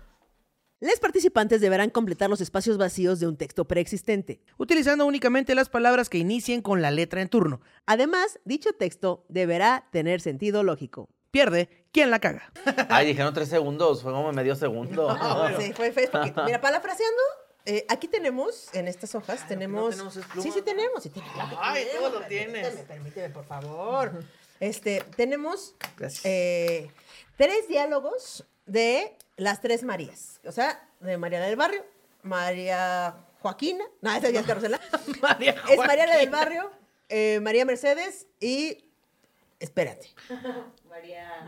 [SPEAKER 2] Les participantes deberán completar los espacios vacíos de un texto preexistente.
[SPEAKER 1] Utilizando únicamente las palabras que inicien con la letra en turno.
[SPEAKER 2] Además, dicho texto deberá tener sentido lógico.
[SPEAKER 1] Pierde quien la caga.
[SPEAKER 3] Ay, dijeron tres segundos, fue como medio segundo.
[SPEAKER 1] Ah,
[SPEAKER 2] Sí, fue, fue porque- mira, parafraseando, eh, aquí tenemos, en estas
[SPEAKER 1] Ah,
[SPEAKER 2] hojas, tenemos...
[SPEAKER 1] tenemos es pluma.
[SPEAKER 2] sí, sí tenemos. sí tenemos, claro que
[SPEAKER 1] Ay,
[SPEAKER 2] tenemos,
[SPEAKER 1] todo lo tienes.
[SPEAKER 2] Permíteme, permíteme, por favor. Este, tenemos
[SPEAKER 1] Gracias.
[SPEAKER 2] eh, tres diálogos de las tres Marías. O sea, de María del Barrio, María Joaquina, no, esa ya es Carosela.
[SPEAKER 1] María
[SPEAKER 2] es María la del Barrio, eh, María Mercedes y... Espérate.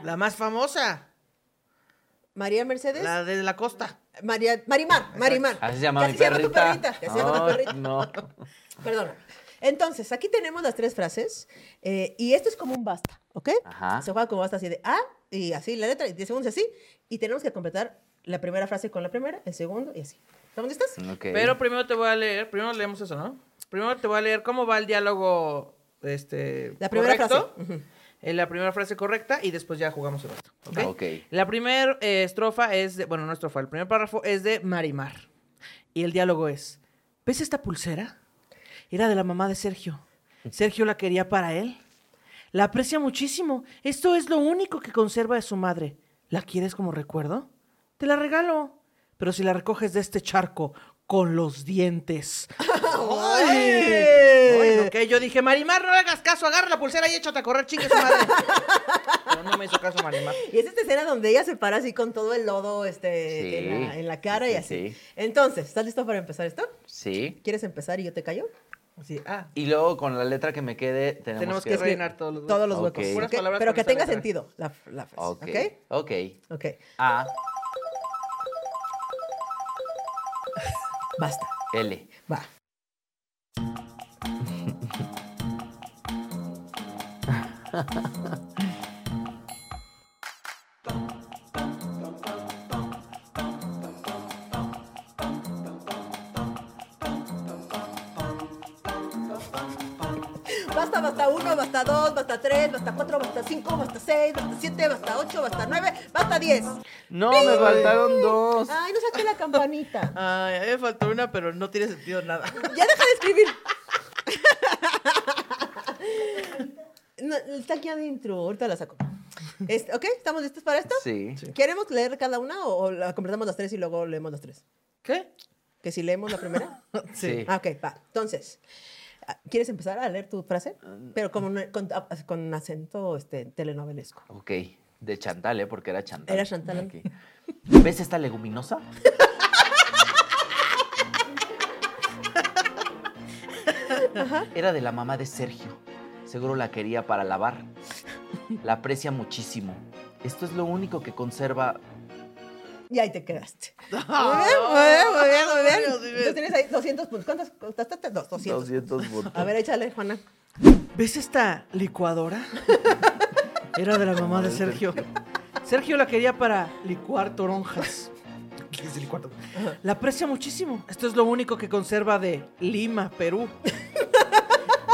[SPEAKER 1] La más famosa.
[SPEAKER 2] María Mercedes,
[SPEAKER 1] La de la costa.
[SPEAKER 2] María, Marimar, Marimar.
[SPEAKER 3] Así se llama
[SPEAKER 2] Que
[SPEAKER 3] mi
[SPEAKER 2] así se llama tu
[SPEAKER 3] perrita.
[SPEAKER 2] perrita, que así se llama tu
[SPEAKER 3] Ay,
[SPEAKER 2] perrita.
[SPEAKER 3] no.
[SPEAKER 2] Perdón. Entonces, aquí tenemos las tres frases. eh, y esto es como un basta, ¿ok?
[SPEAKER 3] Ajá.
[SPEAKER 2] Se juega como basta así de A y así la letra, y 10 segundos así. Y tenemos que completar la primera frase con la primera, el segundo y así. ¿Estamos listas?
[SPEAKER 3] Ok.
[SPEAKER 1] Pero primero te voy a leer, primero leemos eso, ¿no? Primero te voy a leer cómo va el diálogo, este,
[SPEAKER 2] La primera
[SPEAKER 1] correcto,
[SPEAKER 2] frase. Ujú.
[SPEAKER 1] eh, la primera frase correcta y después ya jugamos el resto, ¿ok?
[SPEAKER 3] Ah, ok.
[SPEAKER 1] La primera estrofa es de, bueno, no estrofa, el primer párrafo es de Marimar. Y el diálogo es, ¿ves esta pulsera? Era de la mamá de Sergio. Sergio la quería para él. La aprecia muchísimo. Esto es lo único que conserva de su madre. ¿La quieres como recuerdo? Te la regalo. Pero si la recoges de este charco con los dientes. ¡Ay! Ay, no, que Yo dije, Marimar, no le hagas caso, agarra la pulsera y échate a correr, chingue su madre. Pero no me hizo caso Marimar.
[SPEAKER 2] Y es esta escena donde ella se para así con todo el lodo este,
[SPEAKER 3] Sí.
[SPEAKER 2] en, la, en la cara y
[SPEAKER 3] Sí,
[SPEAKER 2] así.
[SPEAKER 3] sí.
[SPEAKER 2] Entonces, ¿estás listo para empezar esto?
[SPEAKER 3] Sí.
[SPEAKER 2] ¿Quieres empezar y yo te callo?
[SPEAKER 1] Así, ah,
[SPEAKER 3] Y luego con la letra que me quede, tenemos,
[SPEAKER 1] Tenemos que
[SPEAKER 3] que.
[SPEAKER 1] rellenar todos los
[SPEAKER 2] Todos los
[SPEAKER 3] Ok.
[SPEAKER 2] huecos.
[SPEAKER 1] Puras
[SPEAKER 2] ¿ok?
[SPEAKER 1] palabras
[SPEAKER 2] Pero
[SPEAKER 1] con
[SPEAKER 2] que
[SPEAKER 1] esa
[SPEAKER 2] tenga
[SPEAKER 1] letra.
[SPEAKER 2] sentido la, la frase.
[SPEAKER 3] Ok.
[SPEAKER 2] ¿Ok?
[SPEAKER 3] Ok.
[SPEAKER 2] Ok.
[SPEAKER 3] A,
[SPEAKER 2] Basta.
[SPEAKER 3] L.
[SPEAKER 2] Va. Basta, basta uno, basta dos, basta tres, basta cuatro, basta cinco, basta seis, basta siete, basta ocho, basta nueve, basta diez.
[SPEAKER 3] No, me faltaron dos.
[SPEAKER 2] Ay, no saqué la campanita.
[SPEAKER 1] Ay, a mí me faltó una, pero no tiene sentido nada.
[SPEAKER 2] Ya deja de escribir. No, está aquí adentro, ahorita la saco. Este, ¿Ok? ¿Estamos listos para esto?
[SPEAKER 3] Sí.
[SPEAKER 2] ¿Queremos leer cada una o, o la completamos las tres y luego leemos las tres?
[SPEAKER 1] ¿Qué?
[SPEAKER 2] ¿Que si leemos la primera?
[SPEAKER 3] Sí.
[SPEAKER 2] Ah, ok, va. Entonces, ah, ¿quieres empezar a leer tu frase? Pero con, un- con, ah, con acento este, telenovelesco.
[SPEAKER 3] Ok. De Chantal, ¿eh? Porque era Chantal.
[SPEAKER 2] Era Chantal.
[SPEAKER 3] Ok. ¿Ves esta leguminosa? Era de la mamá de Sergio. Seguro la quería para lavar. La aprecia muchísimo. Esto es lo único que conserva
[SPEAKER 2] y ahí te quedaste.
[SPEAKER 1] No,
[SPEAKER 2] muy bien, muy bien, muy bien, muy bien.
[SPEAKER 1] Ah. Dios mío.
[SPEAKER 2] Entonces tienes ahí 200 puntos. ¿Cuántos costaste? Dos, 200.
[SPEAKER 3] 200 puntos.
[SPEAKER 2] A ver, échale, Juana.
[SPEAKER 1] ¿Ves esta licuadora? Era de la mamá de Sergio. Sergio la quería para licuar toronjas. ¿Qué es licuar toronjas? La aprecia muchísimo. Esto es lo único que conserva de Lima, Perú.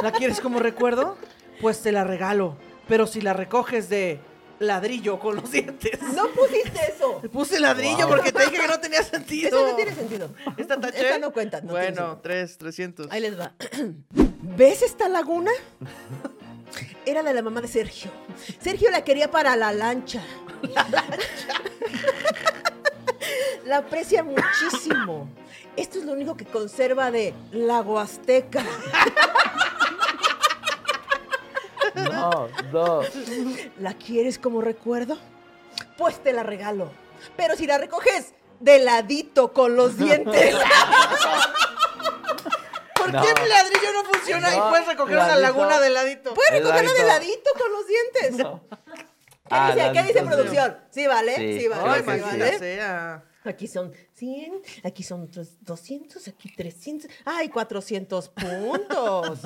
[SPEAKER 1] ¿La quieres como recuerdo? Pues te la regalo. Pero si la recoges de ladrillo con los dientes.
[SPEAKER 2] No pusiste eso.
[SPEAKER 1] Le puse ladrillo
[SPEAKER 3] Wow.
[SPEAKER 1] porque te dije que no tenía sentido.
[SPEAKER 2] Eso no tiene sentido.
[SPEAKER 1] Esta taché.
[SPEAKER 2] Esta no cuenta. no tiene
[SPEAKER 1] bueno,
[SPEAKER 2] sentido.
[SPEAKER 1] tres, trescientos.
[SPEAKER 2] Ahí les va. ¿Ves esta laguna? Era de la mamá de Sergio. Sergio la quería para la lancha. La aprecia muchísimo. Esto es lo único que conserva de Lago Azteca.
[SPEAKER 3] No, no.
[SPEAKER 2] ¿La quieres como recuerdo? Pues te la regalo. Pero si la recoges de ladito con los dientes.
[SPEAKER 1] ¿Por
[SPEAKER 3] No.
[SPEAKER 1] qué el ladrillo no funciona y
[SPEAKER 3] No,
[SPEAKER 1] puedes recoger una
[SPEAKER 3] ladito.
[SPEAKER 1] laguna de ladito?
[SPEAKER 2] Puedes
[SPEAKER 3] El
[SPEAKER 2] recogerla de
[SPEAKER 3] ladito.
[SPEAKER 2] ladito con los dientes. ¿Qué,
[SPEAKER 3] Ah,
[SPEAKER 2] dice, ¿Qué
[SPEAKER 3] ladito,
[SPEAKER 2] dice
[SPEAKER 3] sí.
[SPEAKER 2] producción? Sí, vale, sí,
[SPEAKER 3] Sí,
[SPEAKER 2] vale,
[SPEAKER 1] Ay,
[SPEAKER 3] creo
[SPEAKER 2] sí,
[SPEAKER 3] que sí.
[SPEAKER 1] maldita
[SPEAKER 2] vale.
[SPEAKER 1] sea.
[SPEAKER 2] Aquí son 100, aquí son otros 200, aquí 300. ¡Ay, 400 puntos!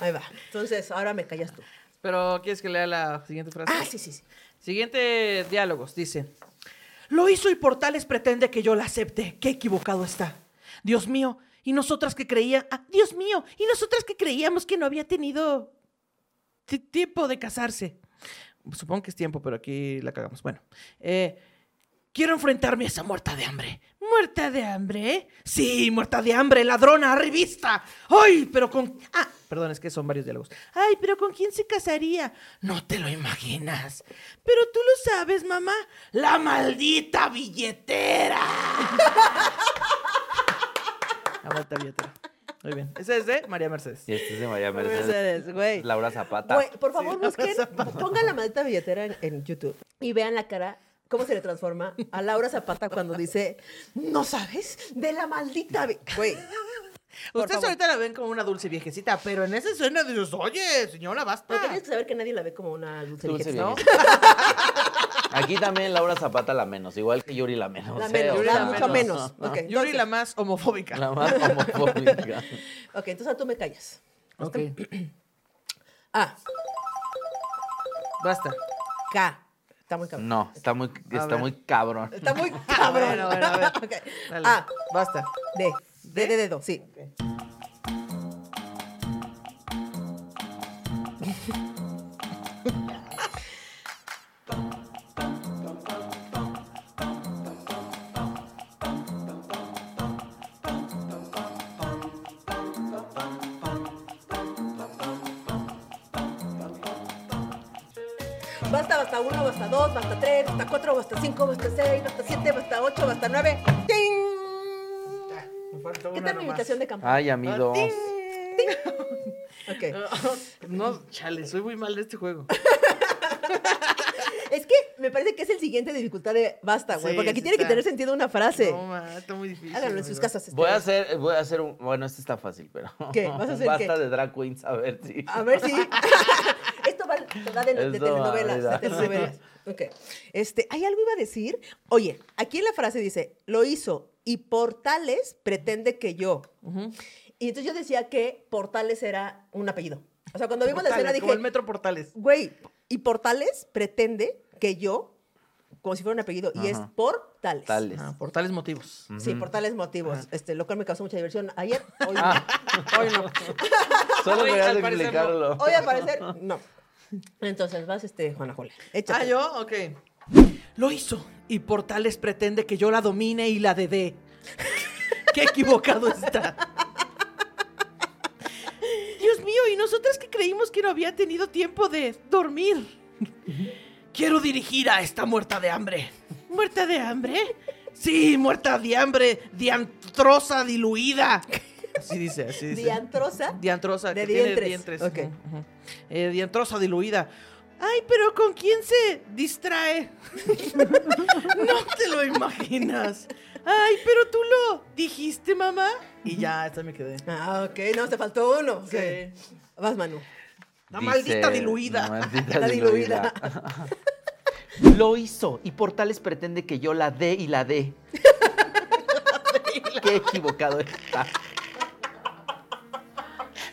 [SPEAKER 2] Ahí va. Entonces, ahora me callas tú.
[SPEAKER 1] Pero, ¿quieres que lea la siguiente frase?
[SPEAKER 2] Ah, sí, sí, sí.
[SPEAKER 1] Siguiente diálogos, dice. Lo hizo y Portales pretende que yo la acepte. Qué equivocado está. Dios mío, y nosotras que creía, ah, Dios mío, y nosotras que creíamos que no había tenido ti- tiempo de casarse. Supongo que es tiempo, pero aquí la cagamos. Bueno, eh, quiero enfrentarme a esa muerta de hambre. ¿Muerta de hambre? Sí, muerta de hambre, ladrona, revista. ¡Ay, pero con... Ah, perdón, es que son varios diálogos. ¡Ay, pero con quién se casaría! No te lo imaginas. Pero tú lo sabes, mamá. La maldita billetera. La maldita billetera. Muy bien. Ese es de María Mercedes.
[SPEAKER 3] Y este es de María Mercedes.
[SPEAKER 2] Mercedes, güey.
[SPEAKER 3] Laura Zapata.
[SPEAKER 2] Güey, por favor,
[SPEAKER 1] Sí,
[SPEAKER 2] busquen,
[SPEAKER 1] Laura Zapata.
[SPEAKER 2] pongan la maldita billetera en, en YouTube y vean la cara, cómo se le transforma a Laura Zapata cuando dice, no sabes, de la maldita bi-". Güey, Por
[SPEAKER 1] Ustedes
[SPEAKER 2] favor.
[SPEAKER 1] ahorita la ven como una dulce viejecita, pero en esa escena dices, oye, señora, basta.
[SPEAKER 2] pero tienes que saber que nadie la ve como una dulce,
[SPEAKER 3] Dulce
[SPEAKER 2] viejecita, ¿no?
[SPEAKER 3] viejecita. Aquí también Laura Zapata la menos, igual que Yuri la menos.
[SPEAKER 2] La
[SPEAKER 3] ¿eh?
[SPEAKER 2] menos,
[SPEAKER 3] O
[SPEAKER 2] la
[SPEAKER 3] sea,
[SPEAKER 2] mucho menos.
[SPEAKER 3] no, no.
[SPEAKER 2] Ok,
[SPEAKER 1] Yuri
[SPEAKER 2] entonces-
[SPEAKER 1] Ah, la más homofóbica.
[SPEAKER 3] La más homofóbica.
[SPEAKER 2] Ok, entonces ahora tú me callas. Ah,
[SPEAKER 1] Ok,
[SPEAKER 2] A,
[SPEAKER 1] basta.
[SPEAKER 2] K. Está muy cabrón.
[SPEAKER 3] No, está muy, está
[SPEAKER 1] ver.
[SPEAKER 3] muy cabrón.
[SPEAKER 2] Está muy cabrón.
[SPEAKER 1] Bueno, bueno, a ver.
[SPEAKER 2] Ok. Ah,
[SPEAKER 1] Dale.
[SPEAKER 2] A,
[SPEAKER 1] Basta.
[SPEAKER 2] D. D de dedo, sí. Basta, basta uno, basta dos, basta tres, basta cuatro, basta cinco, basta seis, basta siete, basta ocho, basta nueve. ¡Ting! ¿Qué tal mi invitación de campaña?
[SPEAKER 3] Ay,
[SPEAKER 1] Ah,
[SPEAKER 3] amigos.
[SPEAKER 2] Ok.
[SPEAKER 1] No, chale, soy muy mal de este juego.
[SPEAKER 2] Es que me parece que es el siguiente dificultad de basta, güey.
[SPEAKER 1] Sí,
[SPEAKER 2] porque aquí
[SPEAKER 1] sí
[SPEAKER 2] tiene que
[SPEAKER 1] está.
[SPEAKER 2] tener sentido una frase.
[SPEAKER 1] No, ma, está muy difícil.
[SPEAKER 2] Ah, Háganlo en sus
[SPEAKER 1] amigo.
[SPEAKER 2] casas. este.
[SPEAKER 3] Voy a hacer, voy a hacer un, bueno, este está fácil, pero.
[SPEAKER 2] ¿Qué? ¿Vas a hacer
[SPEAKER 3] Basta
[SPEAKER 2] qué?
[SPEAKER 3] de drag queens, a ver si.
[SPEAKER 2] A ver si. Esto va te va de, de
[SPEAKER 3] Esto va,
[SPEAKER 2] telenovelas.
[SPEAKER 3] ¿verdad?
[SPEAKER 2] de telenovelas. Ok. Este, ¿Hay algo iba a decir? Oye, aquí en la frase dice: Lo hizo y Portales pretende que yo. Y entonces yo decía que Portales era un apellido. O sea, cuando vimos
[SPEAKER 1] Portales,
[SPEAKER 2] la escena
[SPEAKER 1] como el
[SPEAKER 2] dije:
[SPEAKER 1] Metro Portales.
[SPEAKER 2] Güey, y Portales pretende que yo, como si fuera un apellido, y es
[SPEAKER 3] Ajá.
[SPEAKER 2] Portales.
[SPEAKER 3] Tales.
[SPEAKER 1] Ah, portales motivos.
[SPEAKER 2] Sí, por tales motivos. Este, lo cual me causó mucha diversión ayer, hoy no.
[SPEAKER 3] Ah,
[SPEAKER 1] Hoy no.
[SPEAKER 3] solo
[SPEAKER 1] Hoy,
[SPEAKER 3] quería
[SPEAKER 1] al parecer,
[SPEAKER 3] explicarlo.
[SPEAKER 2] Hoy al parecer, no. Entonces vas, este, Juana Julia.
[SPEAKER 1] Ah,
[SPEAKER 2] Échate.
[SPEAKER 1] yo, ok. Lo hizo. Y Portales pretende que yo la domine y la dedé. Qué equivocado está. Dios mío, y nosotras que creímos que no había tenido tiempo de dormir. Quiero dirigir a esta muerta de hambre. ¿Muerta de hambre? Sí, muerta de hambre, diantrosa diluida. Así dice, así dice.
[SPEAKER 2] Diantrosa.
[SPEAKER 1] Diantrosa,
[SPEAKER 2] De
[SPEAKER 1] que tiene
[SPEAKER 2] dientes.
[SPEAKER 1] dientes.
[SPEAKER 2] Ok.
[SPEAKER 1] Ujú, ujú. Eh, diantrosa diluida. Ay, pero ¿con quién se distrae? no te lo imaginas. Ay, pero tú lo dijiste, mamá. Y ya, esta me quedé.
[SPEAKER 2] Ah, ok. No, te faltó uno. Sí.
[SPEAKER 1] Sí.
[SPEAKER 2] Vas, Manu.
[SPEAKER 1] La
[SPEAKER 3] Dice,
[SPEAKER 1] maldita diluida.
[SPEAKER 3] Maldita
[SPEAKER 2] La diluida.
[SPEAKER 3] diluida. Lo hizo y Portales pretende que yo la dé y la dé. Qué equivocado está.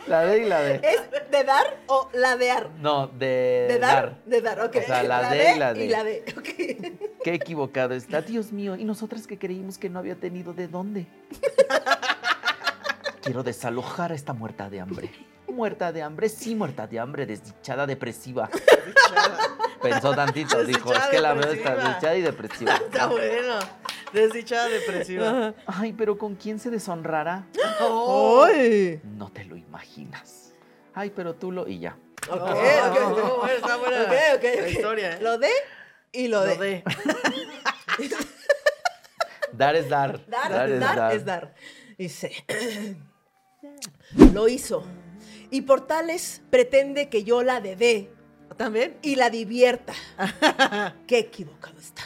[SPEAKER 3] La dé y la dé.
[SPEAKER 2] ¿Es de dar o ladear?
[SPEAKER 3] No, de,
[SPEAKER 2] De dar, de dar, ok.
[SPEAKER 3] O sea, la D y la D.
[SPEAKER 2] Y la D, ok.
[SPEAKER 3] Qué equivocado está. Dios mío, y nosotras que creímos que no había tenido de dónde. Quiero desalojar a esta muerta de hambre. Muerta de hambre, sí, muerta de hambre, desdichada, depresiva. Pensó tantito, dijo, es
[SPEAKER 1] Desdichada,
[SPEAKER 3] que la veo
[SPEAKER 1] depresiva.
[SPEAKER 3] está desdichada y depresiva.
[SPEAKER 1] Está bueno. Desdichada depresiva.
[SPEAKER 3] Ay, pero ¿con quién se deshonrará?
[SPEAKER 1] Oh. ¡Ay!
[SPEAKER 3] No te lo imaginas. Ay, pero tú lo... Y ya.
[SPEAKER 2] Ok, ok.
[SPEAKER 1] no, bueno, Oh, está buena
[SPEAKER 2] Ok, ok,
[SPEAKER 1] la
[SPEAKER 2] ok.
[SPEAKER 1] historia, ¿eh?
[SPEAKER 2] Lo D y lo,
[SPEAKER 1] Lo
[SPEAKER 2] D.
[SPEAKER 1] de.
[SPEAKER 3] Dar es dar.
[SPEAKER 2] Dar, dar, es dar. Dice, lo hizo. Y Portales pretende que yo la dedé
[SPEAKER 1] ¿También?
[SPEAKER 2] y la divierta. Qué equivocado está.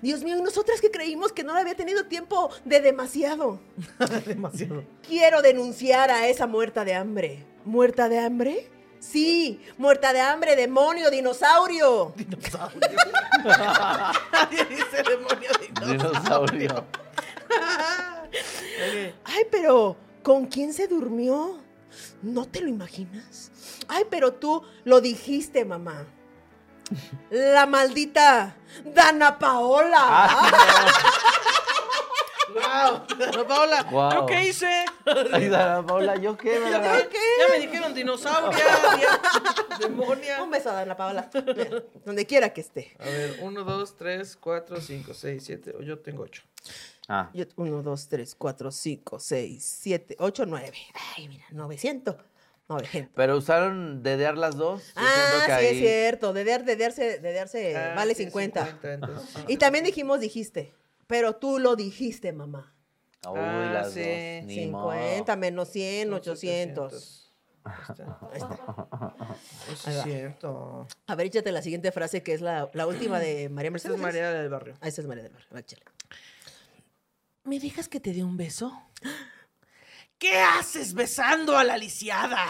[SPEAKER 2] Dios mío, y nosotras que creímos que no le había tenido tiempo de demasiado.
[SPEAKER 1] Demasiado.
[SPEAKER 2] Quiero denunciar a esa muerta de hambre. ¿Muerta de hambre? Sí, muerta de hambre, demonio, dinosaurio.
[SPEAKER 1] Dinosaurio. Nadie dice demonio
[SPEAKER 3] Dinosaurio.
[SPEAKER 1] dinosaurio.
[SPEAKER 2] Ay, pero ¿con quién se durmió? ¿No te lo imaginas? Ay, pero tú lo dijiste, mamá. La maldita Dana Paola.
[SPEAKER 3] Ah,
[SPEAKER 1] ¡Wow! Paola,
[SPEAKER 3] Guau.
[SPEAKER 1] ¿yo qué hice?
[SPEAKER 3] Ay, Dana Paola, ¿yo qué?
[SPEAKER 1] ¿Ya
[SPEAKER 3] verdad?
[SPEAKER 1] me, ya me dijeron dinosauria, ya- demonia.
[SPEAKER 2] Un beso a Dana Paola. Mira, Donde quiera que esté.
[SPEAKER 1] A ver, 1, 2, 3, 4, 5, 6, 7. oh, Yo tengo 8.
[SPEAKER 3] Ah,
[SPEAKER 2] Yo- uno, dos, tres, cuatro, cinco, seis, siete, ocho, nueve. Ay, mira, 900. 900.
[SPEAKER 3] pero usaron dedear las dos. Yo siento
[SPEAKER 2] Ah, sí,
[SPEAKER 3] que
[SPEAKER 2] es
[SPEAKER 3] ahí- Ah,
[SPEAKER 2] cierto. Dedear, dedearse, dedearse Eh, vale 50. Y también dijimos, dijiste. Pero tú lo dijiste, mamá.
[SPEAKER 3] Uy,
[SPEAKER 1] Ah,
[SPEAKER 3] las
[SPEAKER 1] sí.
[SPEAKER 3] dos. Ni modo.
[SPEAKER 2] 50 menos 100, 800. Ahí está.
[SPEAKER 1] Es cierto.
[SPEAKER 2] A ver, échate la siguiente frase que es la, la última de María
[SPEAKER 1] Esta
[SPEAKER 2] Mercedes.
[SPEAKER 1] es María del Barrio.
[SPEAKER 2] Ah, esa es María del Barrio. Va, échale.
[SPEAKER 1] ¿Me dejas que te dé un beso? ¿Qué haces besando a la lisiada?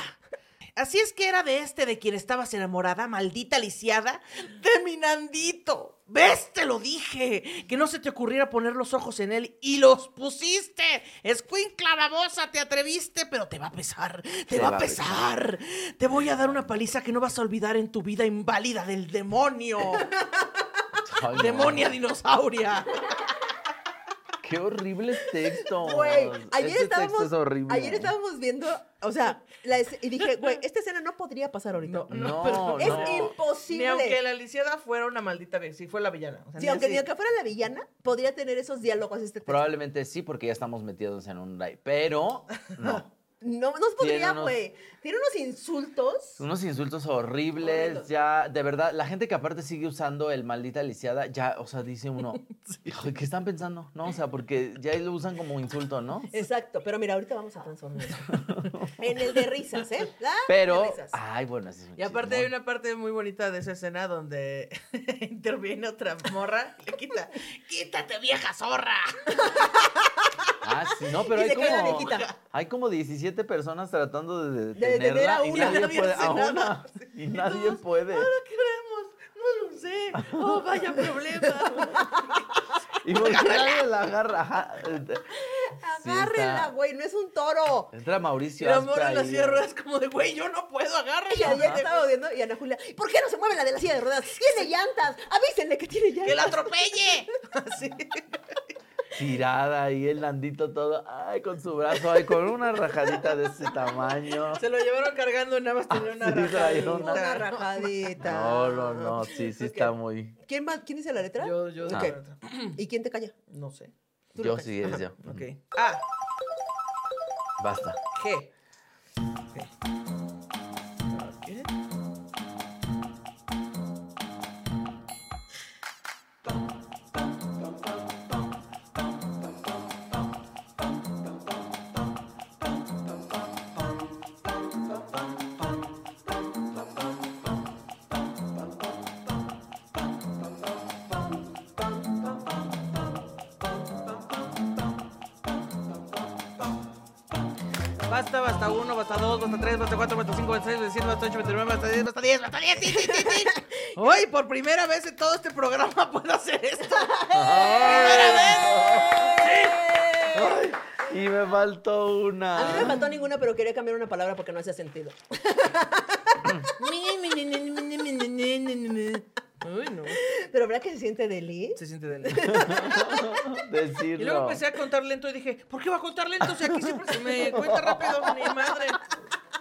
[SPEAKER 1] Así es que era de este de quien estabas enamorada, maldita lisiada, de mi Nandito. ¿Ves? Te lo dije. Que no se te ocurriera poner los ojos en él y los pusiste. Escuincla babosa, te atreviste, pero te va a pesar. Te, va, a pesar. Te voy a dar una paliza que no vas a olvidar en tu vida inválida del demonio.
[SPEAKER 3] Ay, no.
[SPEAKER 1] Demonia dinosauria.
[SPEAKER 3] Qué horribles textos.
[SPEAKER 2] Güey, ayer
[SPEAKER 3] Este
[SPEAKER 2] estábamos.
[SPEAKER 3] texto es horrible.
[SPEAKER 2] Ayer estábamos viendo, o sea, la es- y dije, güey, esta escena no podría pasar ahorita.
[SPEAKER 1] No,
[SPEAKER 3] No,
[SPEAKER 1] pero-
[SPEAKER 2] es
[SPEAKER 3] no.
[SPEAKER 2] imposible.
[SPEAKER 1] Ni aunque la lisiada fuera una maldita vez, sí fue la villana. O sea,
[SPEAKER 2] Sí,
[SPEAKER 1] ni
[SPEAKER 2] aunque
[SPEAKER 1] así.
[SPEAKER 2] ni aunque fuera la villana, podría tener esos diálogos este texto.
[SPEAKER 3] Probablemente sí, porque ya estamos metidos en un live. Pero, no.
[SPEAKER 2] No nos podría,
[SPEAKER 3] Tiene unos-
[SPEAKER 2] güey. Tiene unos insultos.
[SPEAKER 3] Unos insultos horribles. Ya, de verdad, la gente que aparte sigue usando el maldita lisiada, ya, o sea, dice uno, "Ay, ¿qué están pensando? No, o sea, porque ya lo usan como insulto, ¿no?
[SPEAKER 2] Exacto, pero mira, ahorita vamos a transformar eso. en el de risas, ¿eh? La de
[SPEAKER 3] Pero,
[SPEAKER 2] risas.
[SPEAKER 3] ay, bueno, ese es un
[SPEAKER 1] Y aparte hay
[SPEAKER 3] chismón.
[SPEAKER 1] una parte muy bonita de esa escena donde interviene otra morra, le quita, quítate vieja zorra.
[SPEAKER 3] Ah, sí, no, pero
[SPEAKER 2] Y
[SPEAKER 3] hay
[SPEAKER 2] se cae la
[SPEAKER 3] como,
[SPEAKER 2] viejita.
[SPEAKER 3] hay como 17 personas tratando de
[SPEAKER 2] detener
[SPEAKER 3] detenerla
[SPEAKER 2] a
[SPEAKER 3] y
[SPEAKER 2] una.
[SPEAKER 3] nadie
[SPEAKER 1] Nadie
[SPEAKER 3] puede.
[SPEAKER 1] hace
[SPEAKER 3] a una,
[SPEAKER 1] nada.
[SPEAKER 3] y nadie
[SPEAKER 1] todos,
[SPEAKER 3] puede.
[SPEAKER 1] Ahora queremos, no lo sé. Oh, vaya problema.
[SPEAKER 3] Y porque nadie la agarra. ajá. Sí,
[SPEAKER 2] Agárrenla,
[SPEAKER 3] está.
[SPEAKER 2] güey, no es un toro.
[SPEAKER 3] Entra
[SPEAKER 1] Y
[SPEAKER 3] Mauricio.
[SPEAKER 1] la
[SPEAKER 3] Aspe
[SPEAKER 1] morra en la
[SPEAKER 3] ahí.
[SPEAKER 1] silla de ruedas como de, güey, yo no puedo,
[SPEAKER 2] Y ayer
[SPEAKER 1] agárrala.
[SPEAKER 2] estaba viendo y Ana Julia, "¿Y ¿por qué no se mueve la de la silla de ruedas? Tiene llantas, avísenle que tiene llantas.
[SPEAKER 1] Que la atropelle. Así.
[SPEAKER 3] Tirada ahí, el landito todo. Ay, con su brazo, ay, con una rajadita de ese tamaño.
[SPEAKER 1] Se lo llevaron cargando y nada más tenía una
[SPEAKER 3] sí, traía
[SPEAKER 1] rajadita.
[SPEAKER 3] una.
[SPEAKER 2] Una rajadita.
[SPEAKER 3] No, no, no, sí, sí está muy.
[SPEAKER 2] ¿Quién, va- ¿Quién dice la letra?
[SPEAKER 1] Yo, yo,
[SPEAKER 2] Ok. ¿Y quién te calla?
[SPEAKER 1] no sé.
[SPEAKER 2] Tú
[SPEAKER 3] Yo
[SPEAKER 2] lo
[SPEAKER 3] sí, es yo.
[SPEAKER 1] Ok. Ah,
[SPEAKER 3] Basta.
[SPEAKER 1] ¿Qué? Ok. Ok. Basta, basta 1, basta 2, basta 3, basta 4, basta 5, basta 6, basta 7, basta 8, basta 9, basta 10, basta 10, basta 10. ¡Sí, sí, sí, sí! Hoy, por primera vez en todo este programa puedo hacer esto. ¡Primera vez!
[SPEAKER 3] Ay, y me faltó una.
[SPEAKER 2] A mí no me faltó ninguna, pero quería cambiar una palabra porque no hacía sentido.
[SPEAKER 1] Sí. Uy, no.
[SPEAKER 2] Pero ¿verdad que se siente deli?
[SPEAKER 1] Se siente del...
[SPEAKER 3] Decirlo.
[SPEAKER 1] Y luego empecé a contar lento y dije, ¿por qué va a contar lento si aquí siempre se me cuenta rápido? ¡Ni madre!